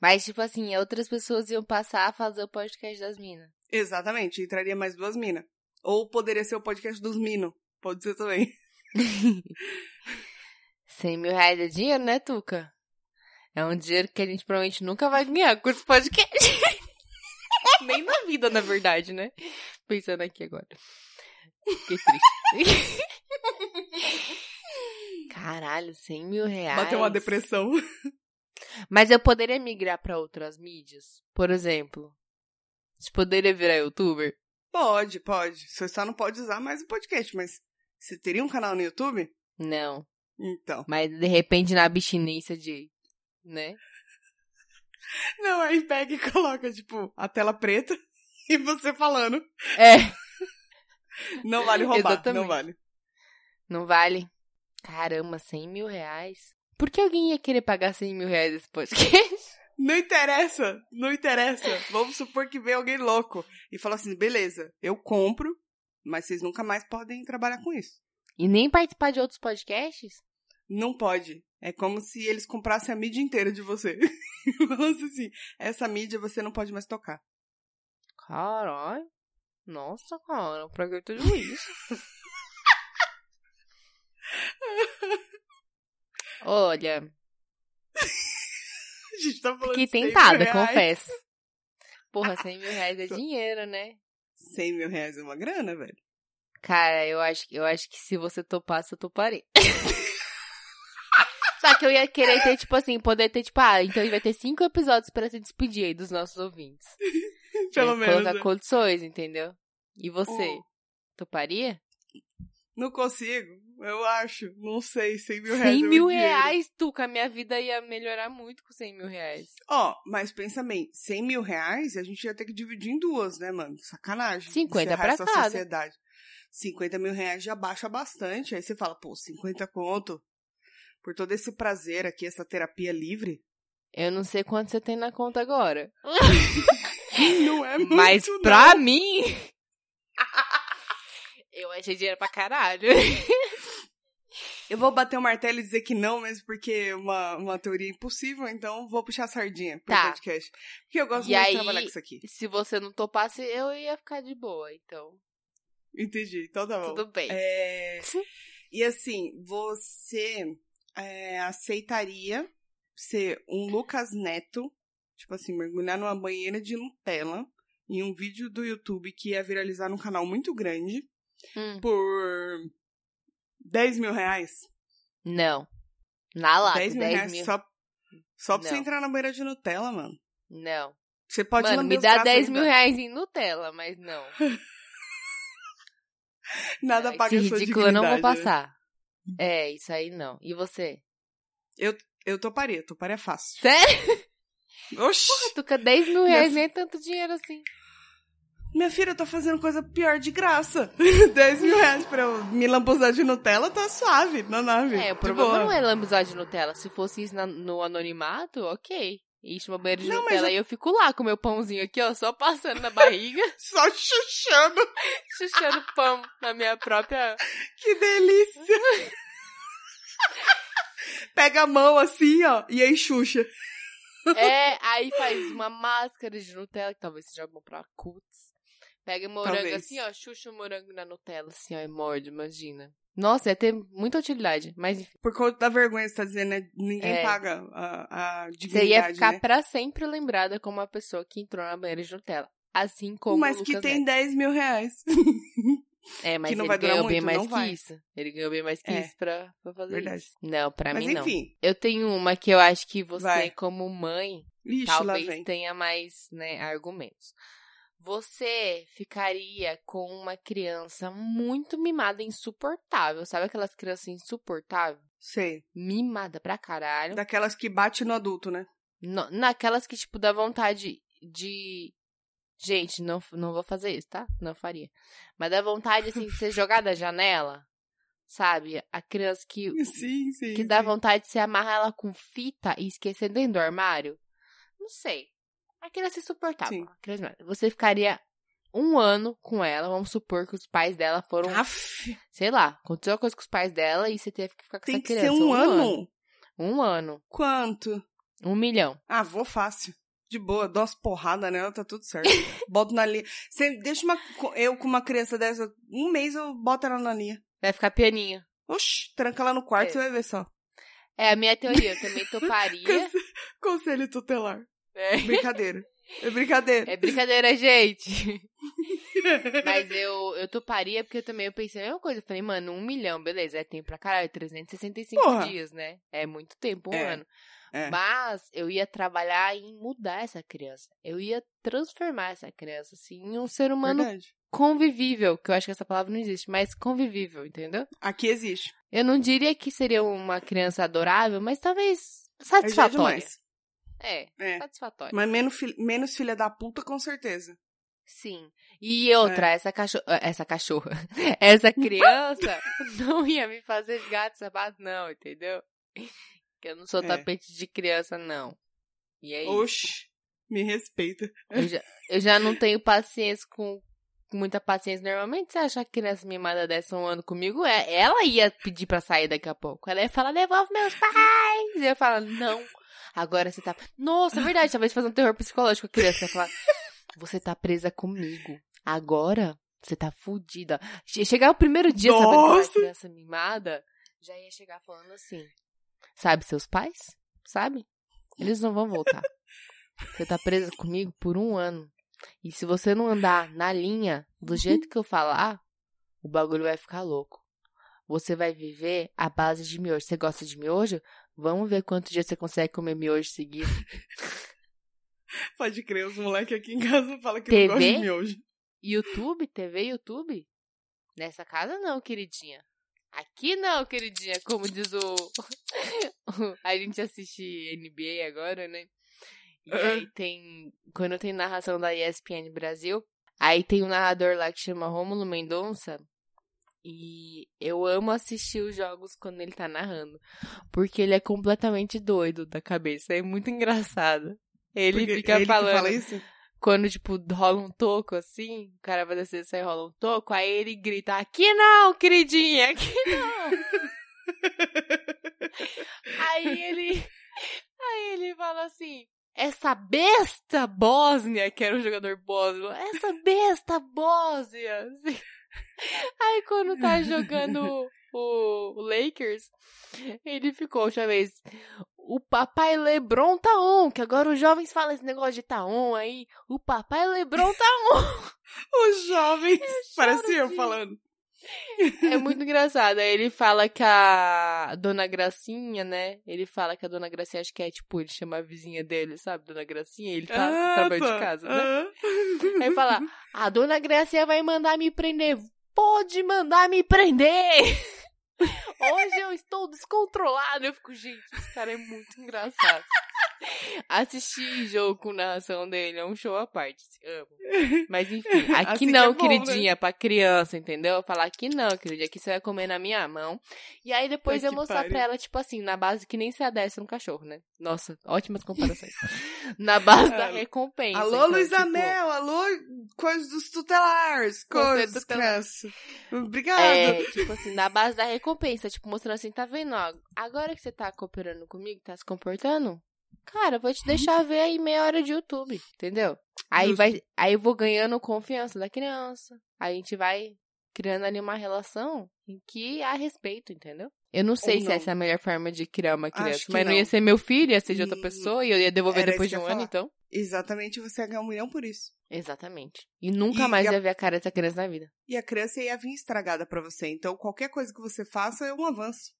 Speaker 1: Mas, tipo assim, outras pessoas iam passar a fazer o podcast das minas.
Speaker 2: Exatamente, entraria mais duas minas. Ou poderia ser o podcast dos minos. Pode ser também.
Speaker 1: 100 mil reais é dinheiro, né, Tuca? É um dinheiro que a gente provavelmente nunca vai ganhar com esse podcast. Nem na vida, na verdade, né? Pensando aqui agora. Fiquei triste. Caralho, 100 mil reais.
Speaker 2: Bateu uma depressão.
Speaker 1: Mas eu poderia migrar pra outras mídias? Por exemplo, você poderia virar youtuber?
Speaker 2: Pode, pode. Você só não pode usar mais o podcast, mas você teria um canal no YouTube?
Speaker 1: Não.
Speaker 2: Então.
Speaker 1: Mas de repente na abstinência de. Né?
Speaker 2: Não, aí pega e coloca, tipo, a tela preta e você falando.
Speaker 1: É.
Speaker 2: Não vale roubar,
Speaker 1: Exatamente.
Speaker 2: não vale.
Speaker 1: Não vale? Caramba, 100 mil reais? Por que alguém ia querer pagar 100 mil reais esse podcast?
Speaker 2: Não interessa, não interessa. Vamos supor que vem alguém louco e fala assim, beleza, eu compro, mas vocês nunca mais podem trabalhar com isso.
Speaker 1: E nem participar de outros podcasts?
Speaker 2: Não pode. É como se eles comprassem a mídia inteira de você. Falando assim, essa mídia você não pode mais tocar.
Speaker 1: Caralho. Nossa, cara, pra que tudo isso? Olha,
Speaker 2: A gente tá falando
Speaker 1: fiquei
Speaker 2: de 100 mil
Speaker 1: tentada,
Speaker 2: reais.
Speaker 1: confesso. Porra, 100 mil reais é dinheiro, né?
Speaker 2: 100 mil reais é uma grana, velho.
Speaker 1: Cara, eu acho, eu acho que se você topasse, eu toparia. Só que eu ia querer ter, tipo assim, poder ter, tipo, ah, então a gente vai ter cinco episódios pra se despedir aí dos nossos ouvintes.
Speaker 2: Pelo
Speaker 1: Ia
Speaker 2: menos.
Speaker 1: Colocar
Speaker 2: né?
Speaker 1: condições, entendeu? E você,
Speaker 2: O-
Speaker 1: toparia?
Speaker 2: Não consigo, eu acho. Não sei, 100 mil
Speaker 1: 100
Speaker 2: reais. é
Speaker 1: mil
Speaker 2: muito dinheiro.
Speaker 1: reais, Tuca, minha vida ia melhorar muito com 100 mil reais.
Speaker 2: Ó, mas pensa bem, 100 mil reais a gente ia ter que dividir em duas, né, mano? Sacanagem.
Speaker 1: 50
Speaker 2: Encerrar
Speaker 1: pra
Speaker 2: essa
Speaker 1: cada.
Speaker 2: sociedade. 50 mil reais já baixa bastante. Aí você fala, pô, 50 conto. Por todo esse prazer aqui, essa terapia livre.
Speaker 1: Eu não sei quanto você tem na conta agora.
Speaker 2: Não é muito,
Speaker 1: Mas
Speaker 2: não.
Speaker 1: pra mim. eu achei dinheiro pra caralho.
Speaker 2: Eu vou bater o martelo e dizer que não, mesmo porque é uma, uma teoria impossível, então vou puxar a sardinha pro
Speaker 1: Tá.
Speaker 2: podcast. Porque eu gosto
Speaker 1: E
Speaker 2: muito
Speaker 1: aí-
Speaker 2: de trabalhar com isso aqui.
Speaker 1: Se você não topasse, eu ia ficar de boa, então.
Speaker 2: Entendi, então tá bom.
Speaker 1: Tudo bem.
Speaker 2: É, E assim, você é, aceitaria ser um Lucas Neto, tipo assim, mergulhar numa banheira de Nutella em um vídeo do YouTube que ia viralizar num canal muito grande
Speaker 1: Hum.
Speaker 2: por 10 mil reais.
Speaker 1: Não. Na lata,
Speaker 2: 10 mil reais só, só pra você
Speaker 1: Não.
Speaker 2: entrar na beira de Nutella, mano.
Speaker 1: Não.
Speaker 2: Você pode
Speaker 1: Mano,
Speaker 2: lamber
Speaker 1: me
Speaker 2: os
Speaker 1: dá
Speaker 2: braços
Speaker 1: 10
Speaker 2: ainda.
Speaker 1: mil reais em Nutella, mas não.
Speaker 2: Nada
Speaker 1: Não,
Speaker 2: paga
Speaker 1: Esse
Speaker 2: sua
Speaker 1: ridículo eu não vou
Speaker 2: dignidade, né?
Speaker 1: passar. É, isso aí não. E você?
Speaker 2: Eu toparia, toparia fácil.
Speaker 1: Sério?
Speaker 2: Oxi!
Speaker 1: Ah, Tuca, 10 mil
Speaker 2: Minha
Speaker 1: reais
Speaker 2: fi-
Speaker 1: nem é tanto dinheiro assim.
Speaker 2: Minha filha, eu tô fazendo coisa pior de graça. 10 mil reais pra eu me lambuzar de Nutella, tá suave, na nave.
Speaker 1: É, o
Speaker 2: de
Speaker 1: problema
Speaker 2: boa.
Speaker 1: não é lambuzar de Nutella. Se fosse isso na- no anonimato, ok. Enche uma banheira de
Speaker 2: Não, mas
Speaker 1: Nutella e eu fico lá com meu pãozinho aqui, ó, só passando na barriga,
Speaker 2: Só chuchando,
Speaker 1: chuchando pão na minha própria.
Speaker 2: que delícia. Pega a mão assim, ó, e aí xuxa.
Speaker 1: É, aí faz uma máscara de Nutella, que talvez seja bom pra cutis. Pega morango
Speaker 2: Talvez.
Speaker 1: assim, ó, chucha o morango na Nutella, assim, ó, e morde, imagina. Nossa, ia ter muita utilidade, mas enfim.
Speaker 2: Por conta da vergonha, você tá dizendo, né? Ninguém
Speaker 1: É.
Speaker 2: paga a, a
Speaker 1: Você ia
Speaker 2: dignidade,
Speaker 1: ficar
Speaker 2: né?
Speaker 1: pra sempre lembrada como uma pessoa que entrou na banheira de Nutella. Assim como
Speaker 2: Mas
Speaker 1: o Lucas
Speaker 2: que tem
Speaker 1: Neto.
Speaker 2: 10 mil reais.
Speaker 1: É, mas
Speaker 2: que não
Speaker 1: ele
Speaker 2: vai durar
Speaker 1: ganhou bem
Speaker 2: muito,
Speaker 1: mais
Speaker 2: não
Speaker 1: que
Speaker 2: vai.
Speaker 1: isso. Ele ganhou bem mais que
Speaker 2: É.
Speaker 1: isso pra, pra fazer
Speaker 2: Verdade.
Speaker 1: isso. Não, pra
Speaker 2: Mas
Speaker 1: mim não.
Speaker 2: enfim.
Speaker 1: Eu tenho uma que eu acho que você,
Speaker 2: Vai.
Speaker 1: como mãe,
Speaker 2: Ixi, lá
Speaker 1: talvez
Speaker 2: vem.
Speaker 1: tenha mais né, argumentos. Você ficaria com uma criança muito mimada, insuportável. Sabe aquelas crianças insuportáveis?
Speaker 2: Sei.
Speaker 1: Mimada pra caralho.
Speaker 2: Daquelas que bate no adulto, né?
Speaker 1: Na- naquelas que, tipo, dá vontade de. Gente, não, f- não vou fazer isso, tá? Não faria. Mas dá vontade, assim, de ser jogada da janela, sabe? A criança que,
Speaker 2: Sim, sim.
Speaker 1: que dá
Speaker 2: sim.
Speaker 1: vontade de se amarrar ela com fita e esquecer dentro do armário. Não sei. A criança é insuportável.
Speaker 2: Sim.
Speaker 1: A criança- Você ficaria um ano com ela, vamos supor que os pais dela foram.
Speaker 2: Aff,
Speaker 1: Sei lá, aconteceu uma coisa com os pais dela e você teve que ficar com
Speaker 2: tem
Speaker 1: essa
Speaker 2: que
Speaker 1: criança. é
Speaker 2: ser um, ano.
Speaker 1: Um ano.
Speaker 2: Quanto?
Speaker 1: Um milhão.
Speaker 2: Ah, vou fácil. De boa, dou umas porradas nela, tá tudo certo. boto na linha. Você deixa uma, co- eu com uma criança dessa, um mês eu boto ela na linha.
Speaker 1: Vai ficar pianinho.
Speaker 2: Oxi, tranca ela no quarto,
Speaker 1: É.
Speaker 2: você vai ver só.
Speaker 1: É a minha teoria, eu também toparia.
Speaker 2: Conse- Conselho tutelar.
Speaker 1: É,
Speaker 2: Brincadeira. É brincadeira.
Speaker 1: é brincadeira, gente. Mas eu, eu toparia porque eu também eu pensei a mesma coisa. Eu falei, mano, um milhão, beleza, é tempo pra caralho, 365
Speaker 2: Porra.
Speaker 1: dias, né? É muito tempo, um
Speaker 2: É,
Speaker 1: ano.
Speaker 2: é.
Speaker 1: Mas eu ia trabalhar em mudar essa criança. Eu ia transformar essa criança, assim, em um ser humano
Speaker 2: É Verdade.
Speaker 1: convivível. Que eu acho que essa palavra não existe, mas convivível, entendeu?
Speaker 2: Aqui existe.
Speaker 1: Eu não diria que seria uma criança adorável, mas talvez
Speaker 2: Aí já É
Speaker 1: satisfatória.
Speaker 2: demais.
Speaker 1: É,
Speaker 2: É.
Speaker 1: satisfatória.
Speaker 2: Mas menos, fil- menos filha da puta, com certeza.
Speaker 1: Sim. E outra, essa cachorra. Essa cachorra. Essa criança não ia me fazer de gato e sapato, não, entendeu? Que eu não sou
Speaker 2: É.
Speaker 1: tapete de criança, não. E aí?
Speaker 2: Oxi, me respeita.
Speaker 1: Eu já, eu já não tenho paciência com. com Muita paciência. Normalmente, você achar que criança mimada dessa um ano comigo, é, ela ia pedir pra sair daqui a pouco. Ela ia falar, devolve meus pais. E eu ia falar, não. Agora você tá. Nossa, é verdade, talvez fazer um terror psicológico. A criança ia falar, você tá presa comigo. Agora você tá fudida. Che- Chegar o primeiro dia, sabendo que ela é
Speaker 2: Nossa!
Speaker 1: criança mimada, já ia chegar falando assim. Sabe seus pais? Sabe? Eles não vão voltar. Você tá presa comigo por um ano. E se você não andar na linha do jeito que eu falar, o bagulho vai ficar louco. Você vai viver à base de miojo. Você gosta de miojo? Vamos ver quantos dias você consegue comer miojo seguido.
Speaker 2: Pode crer, os moleques aqui em casa falam que
Speaker 1: TV?
Speaker 2: não gostam de miojo.
Speaker 1: YouTube? TV YouTube? Nessa casa não, queridinha. Aqui não, queridinha, como diz o. a gente assiste NBA agora, né? E aí tem. Quando tem narração da ESPN Brasil, aí tem um narrador lá que chama Rômulo Mendonça. E eu amo assistir os jogos quando ele tá narrando. Porque ele é completamente doido da cabeça. É muito engraçado. Ele
Speaker 2: Porque
Speaker 1: fica
Speaker 2: ele que
Speaker 1: falando
Speaker 2: fala isso?
Speaker 1: quando, tipo, rola um toco assim, o cara vai descer e rola um toco, aí ele grita, aqui não, queridinha, aqui não. aí ele. Aí ele fala assim. Essa besta bósnia, que era um jogador bósnio, essa besta bósnia. assim. Aí quando tá jogando o, o Lakers, ele ficou, deixa eu ver, O papai Lebron tá on, que agora os jovens falam esse negócio de tá on aí. O papai Lebron tá
Speaker 2: Os jovens. Parece eu
Speaker 1: de-
Speaker 2: falando.
Speaker 1: É muito engraçado. Aí ele fala que a Dona Gracinha, né? Ele fala que a Dona Gracinha, acho que é tipo, ele chama a vizinha dele, sabe? Dona Gracinha, ele tá
Speaker 2: Ah,
Speaker 1: trabalhando
Speaker 2: tá.
Speaker 1: de casa, né?
Speaker 2: Ah.
Speaker 1: Aí fala, a Dona Gracinha vai mandar me prender. Pode mandar me prender! Hoje eu estou descontrolado. Eu fico, gente, esse cara é muito engraçado. Assistir jogo com narração dele é um show à parte. assim, Amo. Mas enfim, aqui
Speaker 2: Assim que
Speaker 1: não,
Speaker 2: é bom, né?
Speaker 1: queridinha, pra criança, entendeu? Falar aqui não, queridinha, aqui você vai comer na minha mão. E aí depois
Speaker 2: Puta
Speaker 1: eu
Speaker 2: que
Speaker 1: mostrar
Speaker 2: pariu.
Speaker 1: pra ela, tipo assim, na base que nem se adessa um cachorro, né? Nossa, ótimas comparações. na base da
Speaker 2: Ah,
Speaker 1: recompensa.
Speaker 2: Alô,
Speaker 1: então,
Speaker 2: Luiz
Speaker 1: tipo,
Speaker 2: Amel, alô, coisas dos tutelares, coisas
Speaker 1: Conselho
Speaker 2: dos
Speaker 1: tutelar.
Speaker 2: crianças. Obrigada.
Speaker 1: É, tipo assim, na base da recompensa, tipo, mostrando assim, tá vendo, ó, agora que você tá cooperando comigo, tá se comportando, cara, eu vou te deixar ver aí meia hora de YouTube, entendeu? Aí
Speaker 2: Justo.
Speaker 1: vai, aí eu vou ganhando confiança da criança, aí a gente vai criando ali uma relação em que há respeito, entendeu? Eu não sei
Speaker 2: Ou
Speaker 1: se
Speaker 2: não.
Speaker 1: essa é a melhor forma de criar uma
Speaker 2: Acho
Speaker 1: criança,
Speaker 2: que
Speaker 1: mas não. ia
Speaker 2: não.
Speaker 1: ser meu filho, ia ser de outra
Speaker 2: Hum,
Speaker 1: pessoa e eu ia devolver
Speaker 2: era
Speaker 1: depois de
Speaker 2: isso
Speaker 1: um
Speaker 2: que eu ia
Speaker 1: ano,
Speaker 2: falar.
Speaker 1: então.
Speaker 2: Exatamente, você ia ganhar um milhão por isso.
Speaker 1: Exatamente. E nunca
Speaker 2: E
Speaker 1: mais
Speaker 2: a-
Speaker 1: ia ver a cara dessa criança na vida.
Speaker 2: E a criança ia vir estragada pra você. Então, qualquer coisa que você faça é um avanço.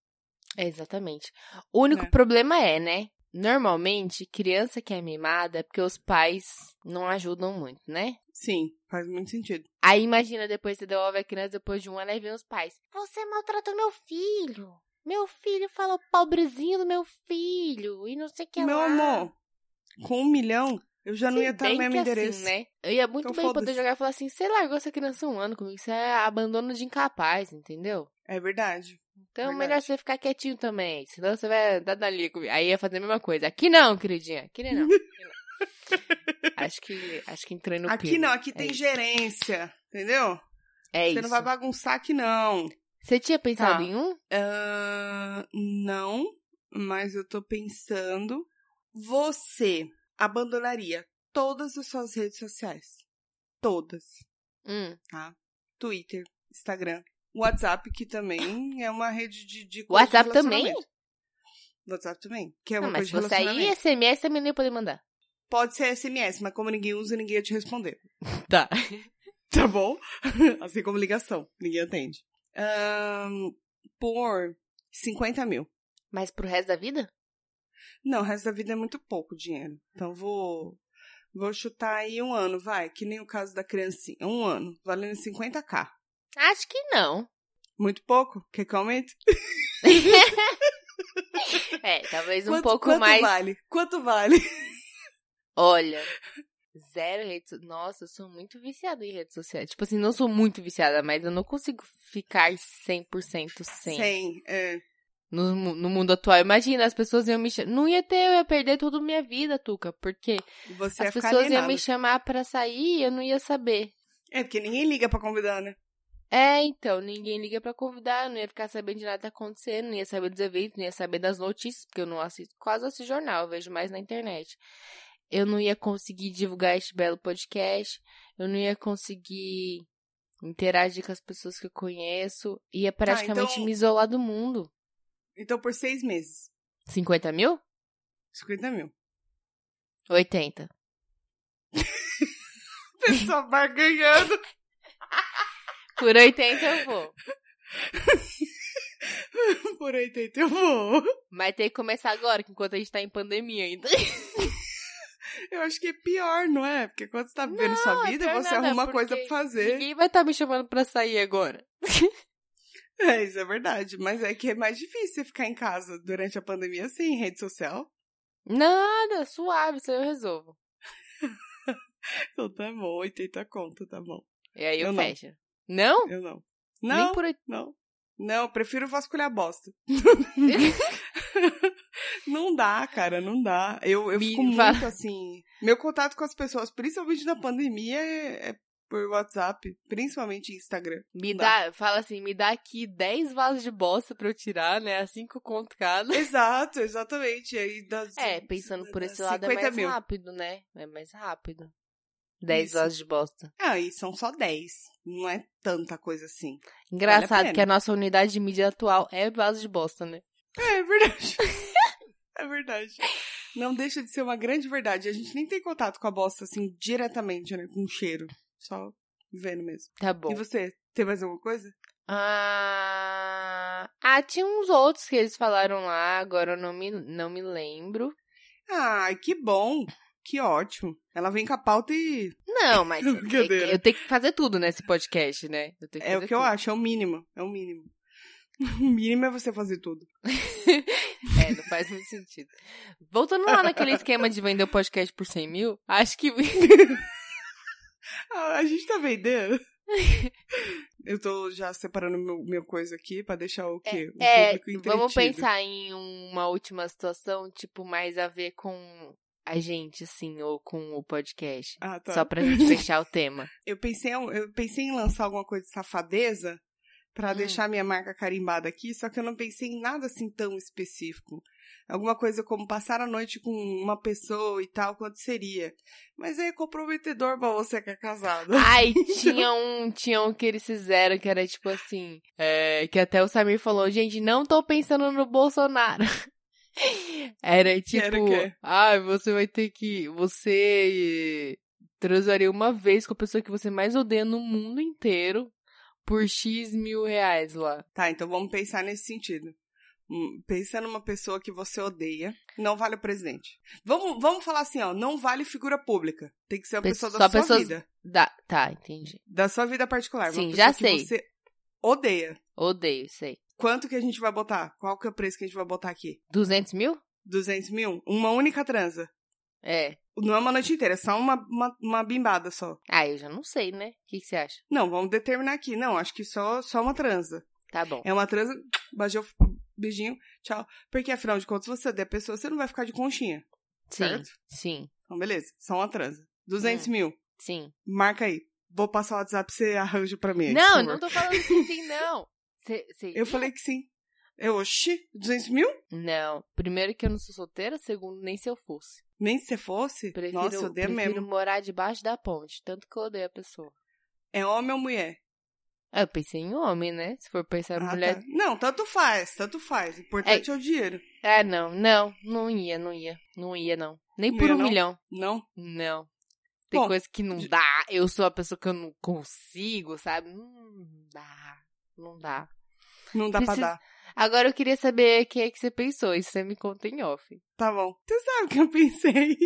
Speaker 1: É, Exatamente. O único
Speaker 2: Né?
Speaker 1: problema é, né? Normalmente, criança que é mimada é porque os pais não ajudam muito, né?
Speaker 2: Sim, faz muito sentido.
Speaker 1: Aí imagina, depois você devolve a criança, depois de um ano, aí vem os pais. Você maltratou meu filho. Meu filho falou pobrezinho do meu filho. E não sei o que
Speaker 2: Meu
Speaker 1: lá.
Speaker 2: amor, com um milhão, eu já não ia estar no
Speaker 1: Bem
Speaker 2: mesmo
Speaker 1: que
Speaker 2: endereço.
Speaker 1: assim, né? Eu ia muito
Speaker 2: Então,
Speaker 1: bem poder
Speaker 2: foda-se.
Speaker 1: jogar e falar assim, você largou essa criança um ano comigo, você é abandono de incapaz, entendeu?
Speaker 2: É verdade.
Speaker 1: Então,
Speaker 2: Verdade.
Speaker 1: melhor você ficar quietinho também, senão você vai dar na liga. comigo. Aí ia fazer a mesma coisa. Aqui não, queridinha. Aqui não. aqui não. acho que acho que entrei no
Speaker 2: aqui
Speaker 1: clima.
Speaker 2: não, aqui
Speaker 1: É
Speaker 2: tem
Speaker 1: isso.
Speaker 2: gerência, entendeu?
Speaker 1: É
Speaker 2: você
Speaker 1: isso.
Speaker 2: não vai bagunçar aqui, não.
Speaker 1: Você tinha pensado
Speaker 2: Tá.
Speaker 1: em um?
Speaker 2: Ah, não, mas eu tô pensando. Você abandonaria todas as suas redes sociais? Todas. tá?
Speaker 1: Hum.
Speaker 2: Twitter, Instagram, WhatsApp, que também é uma rede de. de coisa de
Speaker 1: WhatsApp também?
Speaker 2: relacionamento. WhatsApp também, que é uma
Speaker 1: não, mas
Speaker 2: coisa
Speaker 1: se
Speaker 2: de
Speaker 1: você aí
Speaker 2: relacionamento.
Speaker 1: SMS também nem poder mandar.
Speaker 2: Pode ser SMS, mas como ninguém usa, ninguém ia te responder.
Speaker 1: Tá.
Speaker 2: Tá bom? Assim como ligação, ninguém atende. Ahn, por 50 mil.
Speaker 1: Mas pro resto da vida?
Speaker 2: Não, o resto da vida é muito pouco dinheiro. Então vou vou chutar aí um ano, vai, que nem o caso da criancinha, um ano, valendo 50k.
Speaker 1: Acho que não.
Speaker 2: Muito pouco? Quer que eu aumente?
Speaker 1: É, talvez um
Speaker 2: Quanto-
Speaker 1: pouco
Speaker 2: quanto
Speaker 1: mais.
Speaker 2: vale? Quanto vale?
Speaker 1: Olha, zero redes so- Nossa, eu sou muito viciada em redes sociais. Tipo assim, não sou muito viciada, mas eu não consigo ficar 100% sem.
Speaker 2: 100, é.
Speaker 1: no, mu- no mundo atual. Imagina, as pessoas iam me chamar. Não ia ter, eu ia perder toda a minha vida, Tuca. Porque
Speaker 2: Você
Speaker 1: as
Speaker 2: ia ficar
Speaker 1: pessoas iam
Speaker 2: alienado.
Speaker 1: me chamar pra sair e eu não ia saber.
Speaker 2: É, porque ninguém liga pra convidar, né?
Speaker 1: É, então, ninguém liga pra convidar, eu não ia ficar sabendo de nada que tá acontecendo, não ia saber dos eventos, não ia saber das notícias, porque eu não assisto, quase não assisto jornal, eu vejo mais na internet. Eu não ia conseguir divulgar este belo podcast, eu não ia conseguir interagir com as pessoas que eu conheço, ia praticamente
Speaker 2: então-
Speaker 1: me isolar do mundo.
Speaker 2: Então por seis meses,
Speaker 1: 50 mil?
Speaker 2: 50 mil.
Speaker 1: 80.
Speaker 2: Pessoa barganhando.
Speaker 1: Por 80 eu vou.
Speaker 2: Por um. 80 eu vou.
Speaker 1: Mas tem que começar agora, que enquanto a gente tá em pandemia ainda.
Speaker 2: Eu acho que é pior, não é? Porque quando você tá vivendo
Speaker 1: Não,
Speaker 2: sua
Speaker 1: é
Speaker 2: vida,
Speaker 1: pior
Speaker 2: você
Speaker 1: nada,
Speaker 2: arruma coisa pra
Speaker 1: porque
Speaker 2: fazer.
Speaker 1: Ninguém vai estar me chamando pra sair agora.
Speaker 2: É, isso é verdade. Mas é que é mais difícil você ficar em casa durante a pandemia sem rede social.
Speaker 1: Nada, suave, isso aí eu resolvo.
Speaker 2: Então tá bom, 80 conto, tá bom.
Speaker 1: E aí eu,
Speaker 2: Eu não.
Speaker 1: fecho. Não?
Speaker 2: Eu não.
Speaker 1: Nem
Speaker 2: Não,
Speaker 1: por oit-
Speaker 2: não. Não, prefiro vasculhar bosta. não dá, cara, não dá. Eu, eu
Speaker 1: Me
Speaker 2: fico
Speaker 1: va-
Speaker 2: muito assim. Meu contato com as pessoas, principalmente na pandemia, é, é por WhatsApp, principalmente Instagram.
Speaker 1: Me
Speaker 2: Não
Speaker 1: dá, fala assim, me dá aqui 10 vasos de bosta pra eu tirar, né? A 5 conto cada.
Speaker 2: Exato, exatamente. Aí das,
Speaker 1: É, pensando por esse lado é
Speaker 2: 50
Speaker 1: mais
Speaker 2: mil.
Speaker 1: rápido, né? É mais rápido. 10
Speaker 2: Isso.
Speaker 1: vasos de bosta.
Speaker 2: Ah, e são só 10. Não é tanta coisa assim.
Speaker 1: Engraçado
Speaker 2: pena.
Speaker 1: que a nossa unidade de mídia atual é vaso de bosta, né?
Speaker 2: É, é verdade. É verdade. Não deixa de ser uma grande verdade. A gente nem tem contato com a bosta, assim, diretamente, né? Com o cheiro. Só vendo mesmo.
Speaker 1: Tá bom.
Speaker 2: E você, tem mais alguma coisa?
Speaker 1: Ah, ah, tinha uns outros que eles falaram lá, agora eu não me, não me lembro.
Speaker 2: Ai, que bom. Que ótimo. Ela vem com a pauta e
Speaker 1: Não, mas eu, eu,
Speaker 2: Brincadeira.
Speaker 1: tenho que fazer tudo nesse podcast, né? Eu tenho que
Speaker 2: é o
Speaker 1: fazer
Speaker 2: que eu
Speaker 1: tudo.
Speaker 2: acho, é o mínimo. É o mínimo. O mínimo é você fazer tudo.
Speaker 1: É, não faz muito sentido. Voltando lá naquele esquema de vender o podcast por 100 mil, acho que.
Speaker 2: Ah, a gente tá vendendo. Eu tô já separando meu, meu coisa aqui pra deixar o quê? o
Speaker 1: É,
Speaker 2: público entretido.
Speaker 1: vamos pensar em uma última situação, tipo, mais a ver com a gente, assim, ou com o podcast.
Speaker 2: Ah, tá.
Speaker 1: Só pra gente fechar o tema.
Speaker 2: Eu pensei, eu pensei em lançar alguma coisa de safadeza pra
Speaker 1: Hum.
Speaker 2: deixar minha marca carimbada aqui, só que eu não pensei em nada assim tão específico. Alguma coisa como passar a noite com uma pessoa e tal, quanto seria. Mas aí é comprometedor pra você que é casado.
Speaker 1: Ai, tinha um, tinha um que eles fizeram que era tipo assim, é, que até o Samir falou, gente, não tô pensando no Bolsonaro. Era tipo,
Speaker 2: Era o quê?
Speaker 1: ai, você vai ter que, você transaria uma vez com a pessoa que você mais odeia no mundo inteiro por X mil reais lá.
Speaker 2: Tá, então vamos pensar nesse sentido. Hum, Pensa numa pessoa que você odeia. Não vale o presidente. Vamos, vamos falar assim, ó. Não vale figura pública. Tem que ser uma
Speaker 1: Pe-
Speaker 2: pessoa da
Speaker 1: só
Speaker 2: sua
Speaker 1: pessoas-
Speaker 2: vida.
Speaker 1: Da, tá, entendi.
Speaker 2: Da sua vida particular.
Speaker 1: Sim,
Speaker 2: uma
Speaker 1: já
Speaker 2: pessoa
Speaker 1: sei.
Speaker 2: Que você odeia.
Speaker 1: Odeio isso aí.
Speaker 2: Quanto que a gente vai botar? Qual que é o preço que a gente vai botar aqui?
Speaker 1: 200 mil?
Speaker 2: 200 mil? Uma única transa.
Speaker 1: É.
Speaker 2: Não é uma noite inteira, é só uma, uma, uma bimbada só.
Speaker 1: Ah, eu já não sei, né? O que, que você acha?
Speaker 2: Não, vamos determinar aqui. Não, acho que só, só uma transa.
Speaker 1: Tá bom.
Speaker 2: É uma transa. Beijinho, beijinho, tchau. Porque afinal de contas, você odeia a pessoa, você não vai ficar de conchinha.
Speaker 1: Sim, É.
Speaker 2: Certo?
Speaker 1: sim,
Speaker 2: Então, beleza, só uma transa. 200 mil,
Speaker 1: sim.
Speaker 2: marca aí. Vou passar o WhatsApp, pra você arranja pra mim. aí, por
Speaker 1: Não,
Speaker 2: favor.
Speaker 1: não tô falando que sim, não. Cê, cê
Speaker 2: Eu
Speaker 1: ia?
Speaker 2: falei que sim. Eu, oxi, 200 mil?
Speaker 1: Não. Primeiro que eu não sou solteira, segundo, nem se eu fosse.
Speaker 2: Nem se você fosse?
Speaker 1: Prefiro,
Speaker 2: Nossa, eu odeio
Speaker 1: prefiro
Speaker 2: mesmo.
Speaker 1: morar debaixo da ponte, tanto que eu odeio a pessoa.
Speaker 2: É homem ou mulher?
Speaker 1: Ah, eu pensei em homem, né? Se for pensar em
Speaker 2: Ah,
Speaker 1: mulher.
Speaker 2: tá. Não, tanto faz, tanto faz. O importante é, o dinheiro.
Speaker 1: Ah, não, não, não ia, não ia. Não ia, não. Nem
Speaker 2: Não
Speaker 1: por
Speaker 2: ia,
Speaker 1: um
Speaker 2: não?
Speaker 1: milhão.
Speaker 2: Não?
Speaker 1: Não. Tem
Speaker 2: Bom,
Speaker 1: coisa que não
Speaker 2: de-
Speaker 1: dá. Eu sou a pessoa que eu não consigo, sabe? Hum, Não dá. Não dá.
Speaker 2: Não dá
Speaker 1: Precisa-
Speaker 2: pra dar.
Speaker 1: Agora eu queria saber quem é que você pensou. Isso você me conta em off.
Speaker 2: Tá bom. Você sabe o que eu pensei?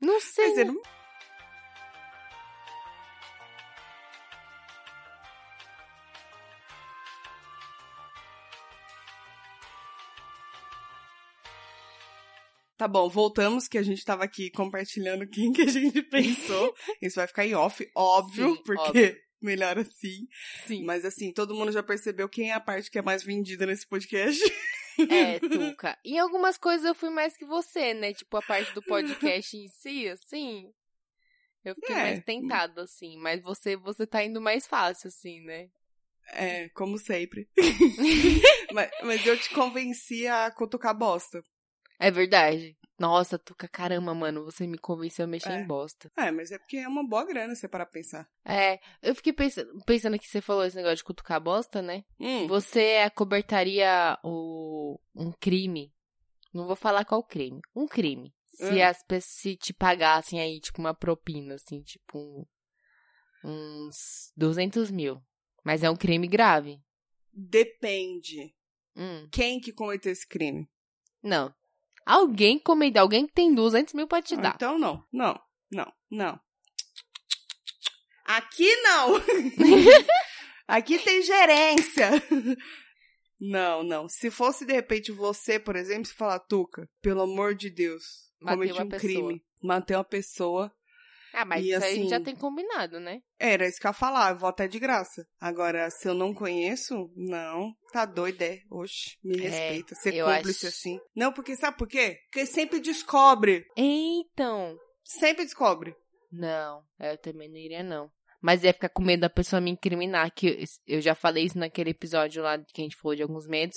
Speaker 1: Não sei.
Speaker 2: Mas é eu não- Tá bom, voltamos que a gente tava aqui compartilhando quem que a gente pensou. Isso vai ficar em off, óbvio,
Speaker 1: Sim,
Speaker 2: porque
Speaker 1: óbvio.
Speaker 2: melhor assim.
Speaker 1: Sim.
Speaker 2: Mas assim, todo mundo já percebeu quem é a parte que é mais vendida nesse podcast.
Speaker 1: É, Tuca. Em algumas coisas eu fui mais que você, né? Tipo, a parte do podcast em si, assim. Eu fiquei
Speaker 2: É.
Speaker 1: mais tentada, assim. Mas você, você tá indo mais fácil, assim, né?
Speaker 2: É, como sempre. mas, mas eu te convenci a cutucar bosta.
Speaker 1: É verdade. Nossa, Tuca, caramba, mano. Você me convenceu a mexer
Speaker 2: É.
Speaker 1: em bosta.
Speaker 2: É, mas é porque é uma boa grana você parar pra pensar.
Speaker 1: É, eu fiquei pensando, pensando que você falou esse negócio de cutucar bosta, né?
Speaker 2: Hum,
Speaker 1: Você acobertaria o, um crime. Não vou falar qual crime. Um crime. Se
Speaker 2: Ah.
Speaker 1: as pessoas se te pagassem aí, tipo, uma propina, assim, tipo, um- uns 200 mil. Mas é um crime grave.
Speaker 2: depende.
Speaker 1: Hum,
Speaker 2: Quem que cometeu esse crime?
Speaker 1: não. Alguém comendou, alguém que tem 200 mil pra te
Speaker 2: Ah,
Speaker 1: dar.
Speaker 2: Então não, não, não, não. Aqui não! Aqui tem gerência! Não, não. Se fosse de repente você, por exemplo, se falar, Tuca, pelo amor de Deus,
Speaker 1: Matei
Speaker 2: cometi
Speaker 1: uma
Speaker 2: um
Speaker 1: pessoa."
Speaker 2: crime, matei uma pessoa.
Speaker 1: Ah, mas
Speaker 2: E
Speaker 1: isso aí
Speaker 2: assim-
Speaker 1: já tem combinado, né?
Speaker 2: Era isso que eu ia falar, eu vou até de graça. Agora, se eu não conheço, não, tá doida, é. Oxe, me
Speaker 1: É,
Speaker 2: respeita, ser
Speaker 1: eu
Speaker 2: cúmplice
Speaker 1: acho-
Speaker 2: assim. Não, porque sabe por quê? Porque sempre descobre,
Speaker 1: Então.
Speaker 2: sempre descobre.
Speaker 1: Não, é, eu também não iria, não. Mas ia ficar com medo da pessoa me incriminar, que eu- eu já falei isso naquele episódio lá que a gente falou de alguns medos.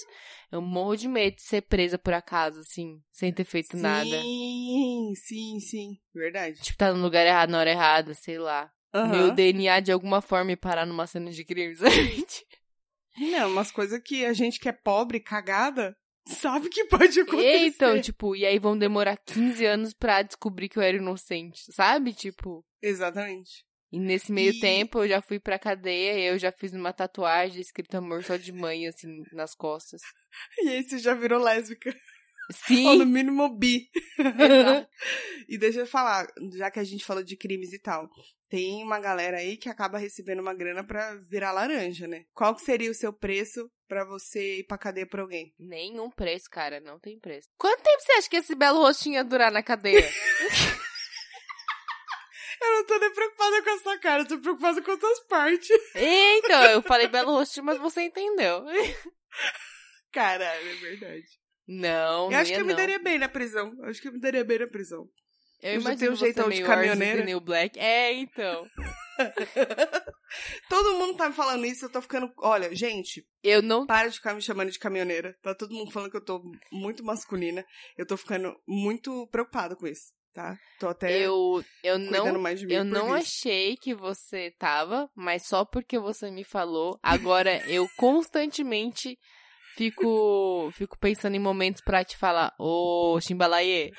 Speaker 1: Eu morro de medo de ser presa por acaso, assim, sem ter feito nada.
Speaker 2: Sim, sim, sim. Verdade.
Speaker 1: Tipo, tá no lugar errado, na hora errada, sei lá. Meu
Speaker 2: Aham.
Speaker 1: DNA de alguma forma e parar numa cena de crimes.
Speaker 2: Não, umas coisas que a gente que é pobre, cagada, sabe que pode acontecer.
Speaker 1: Então, tipo, e aí vão demorar 15 anos pra descobrir que eu era inocente, sabe? Tipo,
Speaker 2: Exatamente.
Speaker 1: e nesse meio
Speaker 2: E-
Speaker 1: tempo eu já fui pra cadeia, eu já fiz uma tatuagem escrito amor só de mãe, assim, nas costas.
Speaker 2: E aí você já virou lésbica. Ou é no
Speaker 1: Sim!
Speaker 2: mínimo bi.
Speaker 1: Exato.
Speaker 2: E deixa eu falar, já que a gente falou de crimes e tal, tem uma galera aí que acaba recebendo uma grana pra virar laranja, né? Qual que seria o seu preço pra você ir pra cadeia pra alguém?
Speaker 1: Nenhum preço, cara, não tem preço. Quanto tempo você acha que esse belo rostinho ia durar na cadeia?
Speaker 2: Eu não tô nem preocupada com essa cara, eu tô preocupada com outras partes.
Speaker 1: então, eu falei belo rostinho, mas você entendeu.
Speaker 2: Caralho, é verdade.
Speaker 1: Não,
Speaker 2: Eu
Speaker 1: não
Speaker 2: acho que
Speaker 1: ia,
Speaker 2: eu me
Speaker 1: não.
Speaker 2: daria bem na prisão. Eu acho que eu me daria bem na prisão.
Speaker 1: Eu
Speaker 2: Eu já
Speaker 1: imagino
Speaker 2: tenho um
Speaker 1: você
Speaker 2: jeitão de
Speaker 1: meio Orange is the
Speaker 2: caminhoneira.
Speaker 1: New Black. É, então.
Speaker 2: Todo mundo tá me falando isso, eu tô ficando. Olha, gente,
Speaker 1: Eu não.
Speaker 2: para de ficar me chamando de caminhoneira. Tá todo mundo falando que eu tô muito masculina. Eu tô ficando muito preocupada com isso, tá? Tô até
Speaker 1: Eu, eu
Speaker 2: cuidando
Speaker 1: não.
Speaker 2: mais de mim.
Speaker 1: Eu
Speaker 2: por
Speaker 1: não
Speaker 2: isso.
Speaker 1: achei que você tava, mas só porque você me falou. Agora eu constantemente fico fico pensando em momentos pra te falar, ô Chimbalaê.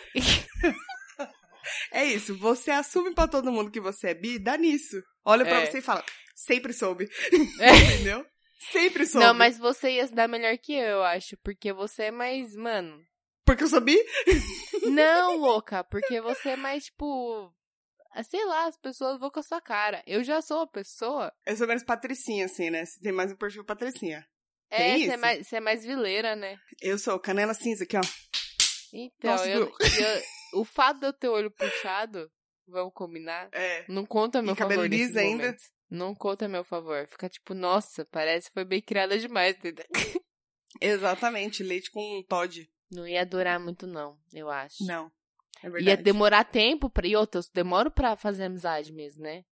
Speaker 2: É isso, você assume pra todo mundo que você é bi, dá nisso. Olha pra
Speaker 1: É.
Speaker 2: você e fala, sempre soube.
Speaker 1: É.
Speaker 2: Entendeu? Sempre soube.
Speaker 1: Não, mas você ia se dar melhor que eu, eu acho, porque você é mais, mano.
Speaker 2: Porque eu sou bi?
Speaker 1: Não, louca, porque você é mais tipo, ah, sei lá, as pessoas vão com a sua cara. Eu já sou uma pessoa
Speaker 2: Eu sou menos patricinha, assim, né? Você tem mais um perfil patricinha.
Speaker 1: É,
Speaker 2: Tem
Speaker 1: você é,
Speaker 2: isso?
Speaker 1: mais, você é mais vileira, né?
Speaker 2: Eu sou canela cinza aqui, ó.
Speaker 1: Então,
Speaker 2: Nossa,
Speaker 1: eu, eu- o fato de eu ter o olho puxado, vamos combinar,
Speaker 2: É.
Speaker 1: não conta a meu
Speaker 2: E cabelo
Speaker 1: favor. nesse
Speaker 2: liso ainda.
Speaker 1: momento. Não conta a meu favor. Fica tipo, nossa, parece que foi bem criada demais, entendeu?
Speaker 2: Exatamente, leite com Todd.
Speaker 1: Não ia durar muito, não, eu acho.
Speaker 2: Não. É
Speaker 1: ia
Speaker 2: verdade.
Speaker 1: demorar tempo pra. E outra, eu demoro pra fazer amizade mesmo, né?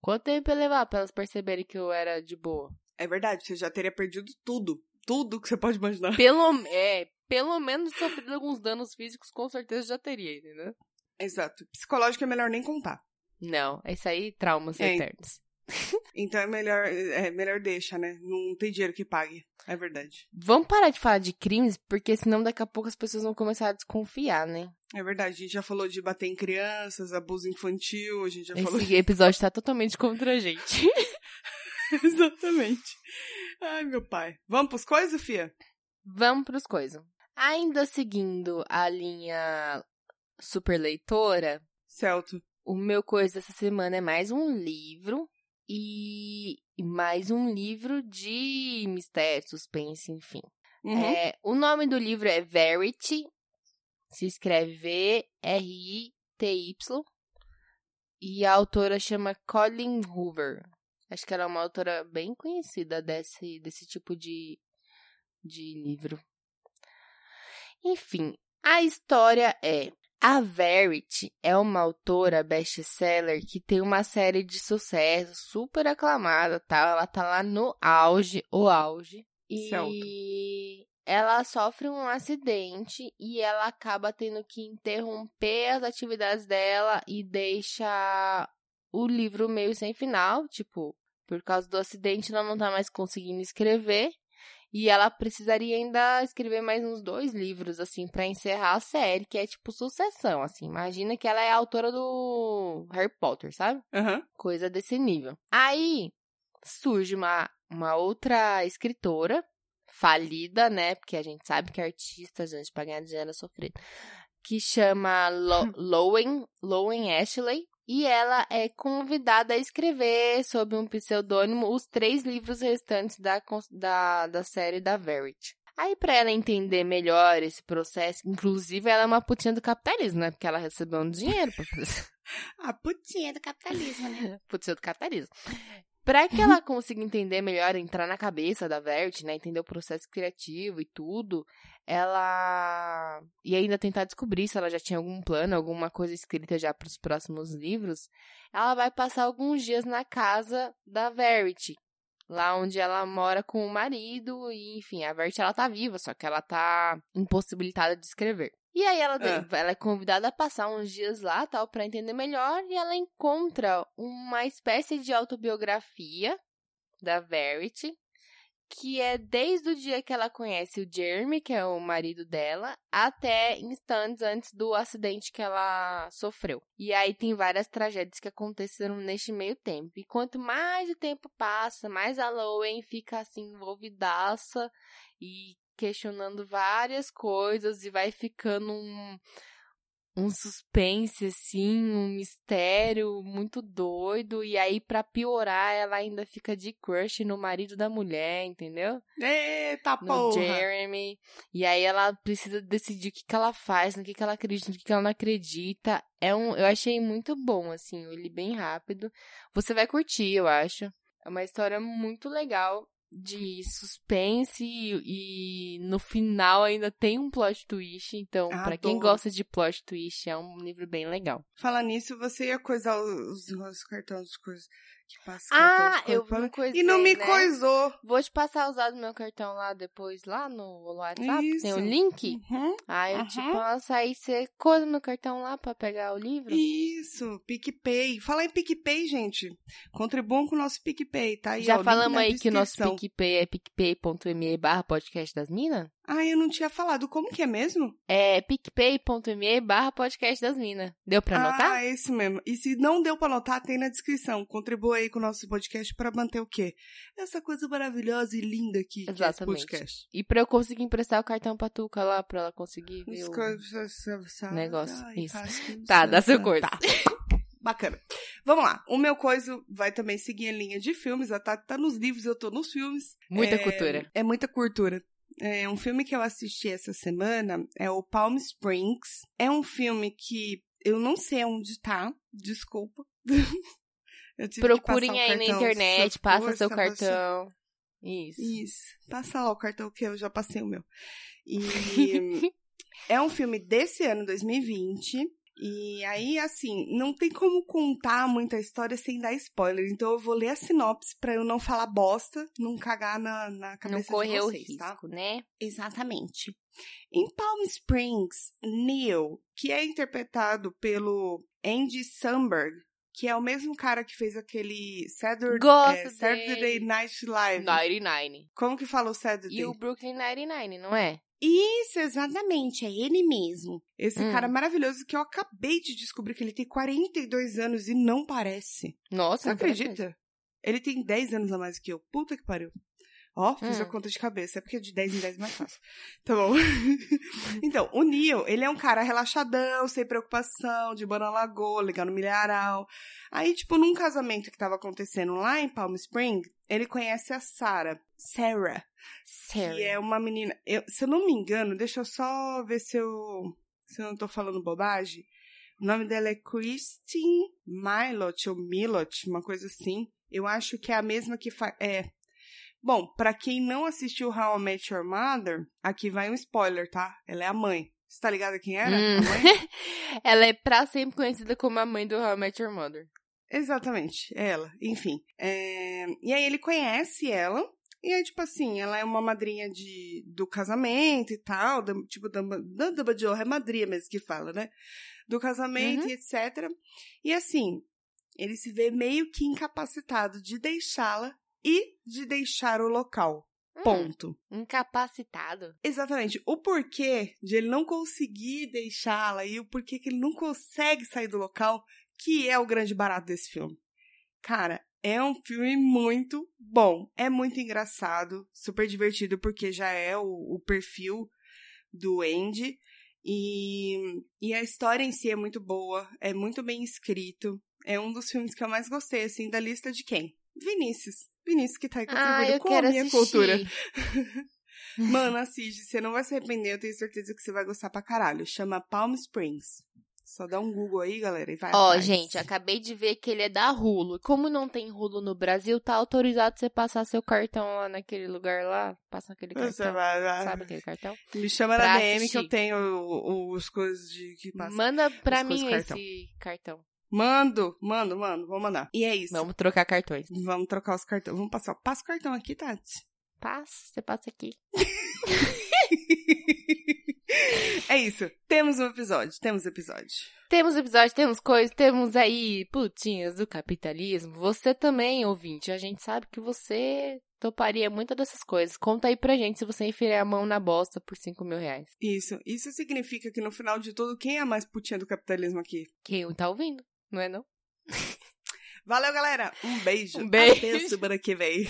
Speaker 1: Quanto tempo ia levar pra elas perceberem que eu era de boa?
Speaker 2: É verdade, você já teria perdido tudo. Tudo que você pode imaginar.
Speaker 1: Pelo, é, pelo menos sofrido alguns danos físicos, com certeza já teria, entendeu?
Speaker 2: Exato. Psicológico é melhor nem contar.
Speaker 1: Não, é isso aí, traumas
Speaker 2: É.
Speaker 1: eternos.
Speaker 2: Então é melhor, é melhor deixa, né? Não tem dinheiro que pague. É verdade.
Speaker 1: Vamos parar de falar de crimes, porque senão daqui a pouco as pessoas vão começar a desconfiar, né?
Speaker 2: É verdade. A gente já falou de bater em crianças, abuso infantil, a gente já falou.
Speaker 1: Esse episódio tá totalmente contra a gente.
Speaker 2: Exatamente. Ai, meu pai. Vamos pros coisas, Fia?
Speaker 1: Vamos pros coisas. Ainda seguindo a linha superleitora,
Speaker 2: Celto.
Speaker 1: o meu coisa dessa semana é mais um livro e e mais um livro de mistério, suspense, enfim.
Speaker 2: Uhum.
Speaker 1: É, o nome do livro é Verity. Se escreve V-R-I-T-Y. E a autora chama Colin Hoover. Acho que ela é uma autora bem conhecida desse, desse tipo de, de livro. Enfim, a história é. A Verity é uma autora best-seller que tem uma série de sucesso super aclamada, tá? Ela tá lá no auge, o auge. E
Speaker 2: Certo.
Speaker 1: ela sofre um acidente e ela acaba tendo que interromper as atividades dela e deixa o livro meio sem final, tipo, por causa do acidente ela não tá mais conseguindo escrever. E ela precisaria ainda escrever mais uns dois livros, assim, pra encerrar a série, que é tipo sucessão, assim. Imagina que ela é a autora do Harry Potter, sabe?
Speaker 2: Aham.
Speaker 1: coisa desse nível. Aí surge uma, uma outra escritora falida, né? Porque a gente sabe que artista, gente, pra ganhar dinheiro é sofrido. Que chama Lo- Lowen, Lowen Ashley. E ela é convidada a escrever, sob um pseudônimo, os três livros restantes da, cons- da, da série da Verity. Aí, pra ela entender melhor esse processo, inclusive ela é uma putinha do capitalismo, né? Porque ela recebeu um dinheiro pra fazer
Speaker 2: A putinha do capitalismo, né?
Speaker 1: putz, é do capitalismo. Pra que ela consiga entender melhor, entrar na cabeça da Vert, né? Entender o processo criativo e tudo, ela. E ainda tentar descobrir se ela já tinha algum plano, alguma coisa escrita já pros próximos livros. Ela vai passar alguns dias na casa da Verity. Lá onde ela mora com o marido, e enfim, a Vert ela tá viva, só que ela tá impossibilitada de escrever. E aí ela,
Speaker 2: Ah.
Speaker 1: ela é convidada a passar uns dias lá, tal, para entender melhor, e ela encontra uma espécie de autobiografia da Verity que é desde o dia que ela conhece o Jeremy, que é o marido dela, até instantes antes do acidente que ela sofreu. E aí tem várias tragédias que aconteceram neste meio tempo. E quanto mais o tempo passa, mais a Lowen fica assim envolvidaça e questionando várias coisas e vai ficando um um suspense assim, um mistério muito doido e aí pra piorar ela ainda fica de crush no marido da mulher, entendeu?
Speaker 2: Eita
Speaker 1: No
Speaker 2: porra!
Speaker 1: Jeremy. E aí ela precisa decidir o que que ela faz, no que que ela acredita, no que que ela não acredita. É um, eu achei muito bom assim, eu li bem rápido. Você vai curtir, eu acho. É uma história muito legal de suspense e, e no final ainda tem um plot twist. Então, pra quem
Speaker 2: Adoro.
Speaker 1: gosta de plot twist, é um livro bem legal.
Speaker 2: Falar nisso, você ia coisar os, os cartões, os coisas que passa
Speaker 1: Ah,
Speaker 2: cartão de
Speaker 1: eu
Speaker 2: corpo, né?
Speaker 1: não coisei,
Speaker 2: E não me
Speaker 1: né?
Speaker 2: coisou.
Speaker 1: Vou te passar a usar do meu cartão lá depois, lá no WhatsApp, que tem o
Speaker 2: Isso.
Speaker 1: link.
Speaker 2: Uhum.
Speaker 1: Aí eu te
Speaker 2: Uhum.
Speaker 1: passo, aí você coisa meu cartão lá pra pegar o livro.
Speaker 2: Isso, PicPay. Falar em PicPay, gente. Contribuam com o nosso PicPay, tá? aí, ó, o
Speaker 1: Já
Speaker 2: link
Speaker 1: falamos
Speaker 2: na
Speaker 1: aí que o nosso
Speaker 2: descrição.
Speaker 1: PicPay é picpay.me barra podcast das minas?
Speaker 2: Ah, eu não tinha falado. Como que é mesmo?
Speaker 1: É picpay.me barra podcast das minas. Deu pra anotar?
Speaker 2: Ah, é isso mesmo. E se não deu pra anotar, tem na descrição. Contribua aí com o nosso podcast pra manter o quê? Essa coisa maravilhosa e linda aqui que é esse
Speaker 1: Exatamente.
Speaker 2: podcast.
Speaker 1: E pra eu conseguir emprestar o cartão pra Tuca lá, pra ela conseguir ver
Speaker 2: As
Speaker 1: o...
Speaker 2: coisas- sabe?
Speaker 1: Um Negócio,
Speaker 2: Ai,
Speaker 1: isso.
Speaker 2: faz tudo
Speaker 1: Tá, dá
Speaker 2: certo.
Speaker 1: seu coisa.
Speaker 2: Tá. Bacana. Vamos lá. O meu coisa vai também seguir a linha de filmes. A Tati tá nos livros, eu tô nos filmes.
Speaker 1: Muita
Speaker 2: É,
Speaker 1: cultura.
Speaker 2: É muita cultura. É um filme que eu assisti essa semana é o Palm Springs. É um filme que eu não sei onde tá, desculpa. Eu tive que
Speaker 1: Procurem
Speaker 2: passar o
Speaker 1: aí na
Speaker 2: cartão,
Speaker 1: internet,
Speaker 2: seu
Speaker 1: passa seu
Speaker 2: força, você-
Speaker 1: cartão. Isso.
Speaker 2: Isso.
Speaker 1: Uhum.
Speaker 2: Passa lá o cartão que eu já passei o meu. E é um filme desse ano, 2020. E aí, assim, não tem como contar muita história sem dar spoiler. Então eu vou ler a sinopse pra eu não falar bosta, não cagar na, na
Speaker 1: Não
Speaker 2: cabeça de
Speaker 1: correu o
Speaker 2: vocês,
Speaker 1: risco,
Speaker 2: tá?
Speaker 1: né?
Speaker 2: Exatamente. Em Palm Springs, Neil, que é interpretado pelo Andy Samberg, que é o mesmo cara que fez aquele Saturday,
Speaker 1: Gosto
Speaker 2: eh, Saturday
Speaker 1: dele.
Speaker 2: Night Live. né?
Speaker 1: 99.
Speaker 2: Como que fala o Saturday?
Speaker 1: E o Brooklyn 99, não é?
Speaker 2: Isso, exatamente, é ele mesmo. Esse
Speaker 1: Hum.
Speaker 2: cara maravilhoso que eu acabei de descobrir que ele tem 42 anos e não parece.
Speaker 1: Nossa,
Speaker 2: Você
Speaker 1: não parece mesmo.
Speaker 2: acredita? Ele tem 10 anos a mais que eu. Puta que pariu. Ó, fiz
Speaker 1: Hum.
Speaker 2: a conta de cabeça. É porque de 10 em 10 é mais fácil. Tá bom. então, o Neil, ele é um cara relaxadão, sem preocupação, de boa na lagoa, legal no milharal. Aí, tipo, num casamento que tava acontecendo lá em Palm Spring, ele conhece a Sarah. Sarah.
Speaker 1: Sério.
Speaker 2: Que é uma menina. eu- se eu não me engano, deixa eu só ver se eu, se eu não tô falando bobagem. O nome dela é Christine Milot ou Milot, uma coisa assim. Eu acho que é a mesma que faz. É. Bom, pra quem não assistiu How I Met Your Mother, aqui vai um spoiler, tá? Ela é a mãe. Você tá ligada quem era?
Speaker 1: Hum.
Speaker 2: A mãe?
Speaker 1: Ela é pra sempre conhecida como a mãe do How I Met Your Mother.
Speaker 2: Exatamente, é ela. Enfim. É, E aí ele conhece ela. E aí, tipo assim, ela é uma madrinha de, do casamento e tal, da- tipo, da, da dama de honra, é madrinha mesmo que fala, né? Do casamento
Speaker 1: Uhum.
Speaker 2: e etc. E assim, ele se vê meio que incapacitado de deixá-la e de deixar o local.
Speaker 1: Hum,
Speaker 2: Ponto.
Speaker 1: incapacitado.
Speaker 2: Exatamente. O porquê de ele não conseguir deixá-la e o porquê que ele não consegue sair do local, que é o grande barato desse filme. Cara, é um filme muito bom. É muito engraçado, super divertido, porque já é o, o perfil do Andy. E, e a história em si é muito boa, é muito bem escrito. É um dos filmes que eu mais gostei, assim, da lista de quem? Vinícius. Vinícius que tá aí
Speaker 1: Ah,
Speaker 2: contribuindo
Speaker 1: eu
Speaker 2: com a
Speaker 1: quero
Speaker 2: minha
Speaker 1: assistir.
Speaker 2: cultura. Mano, assiste, você não vai se arrepender, eu tenho certeza que você vai gostar pra caralho. Chama Palm Springs. Só dá um Google aí, galera, e vai.
Speaker 1: Ó,
Speaker 2: atrás.
Speaker 1: gente, acabei de ver que ele é da Rulo. Como não tem Rulo no Brasil, tá autorizado você passar seu cartão lá naquele lugar lá. Passa aquele
Speaker 2: Você
Speaker 1: cartão.
Speaker 2: vai, vai.
Speaker 1: Sabe aquele cartão?
Speaker 2: Me chama na
Speaker 1: tá pra
Speaker 2: DM que eu
Speaker 1: assistir.
Speaker 2: tenho o- o- os coisas de que passa.
Speaker 1: Manda pra
Speaker 2: Os
Speaker 1: mim
Speaker 2: coisas cartão.
Speaker 1: esse cartão.
Speaker 2: Mando, mando, mando, vou mandar. E é isso.
Speaker 1: Vamos trocar cartões.
Speaker 2: Vamos trocar os cartões. Vamos passar. Passa o cartão aqui, tá? Tati.
Speaker 1: Passa, você passa aqui.
Speaker 2: É isso. Temos um episódio. Temos episódio.
Speaker 1: Temos episódio, temos coisa, temos aí putinhas do capitalismo. Você também, ouvinte, a gente sabe que você toparia muitas dessas coisas. Conta aí pra gente se você enfiar a mão na bosta por 5 mil reais.
Speaker 2: Isso. Isso significa que no final de tudo, quem é a mais putinha do capitalismo aqui?
Speaker 1: Quem tá ouvindo, não é não?
Speaker 2: Valeu, galera. Um beijo.
Speaker 1: Um beijo.
Speaker 2: Até semana que vem.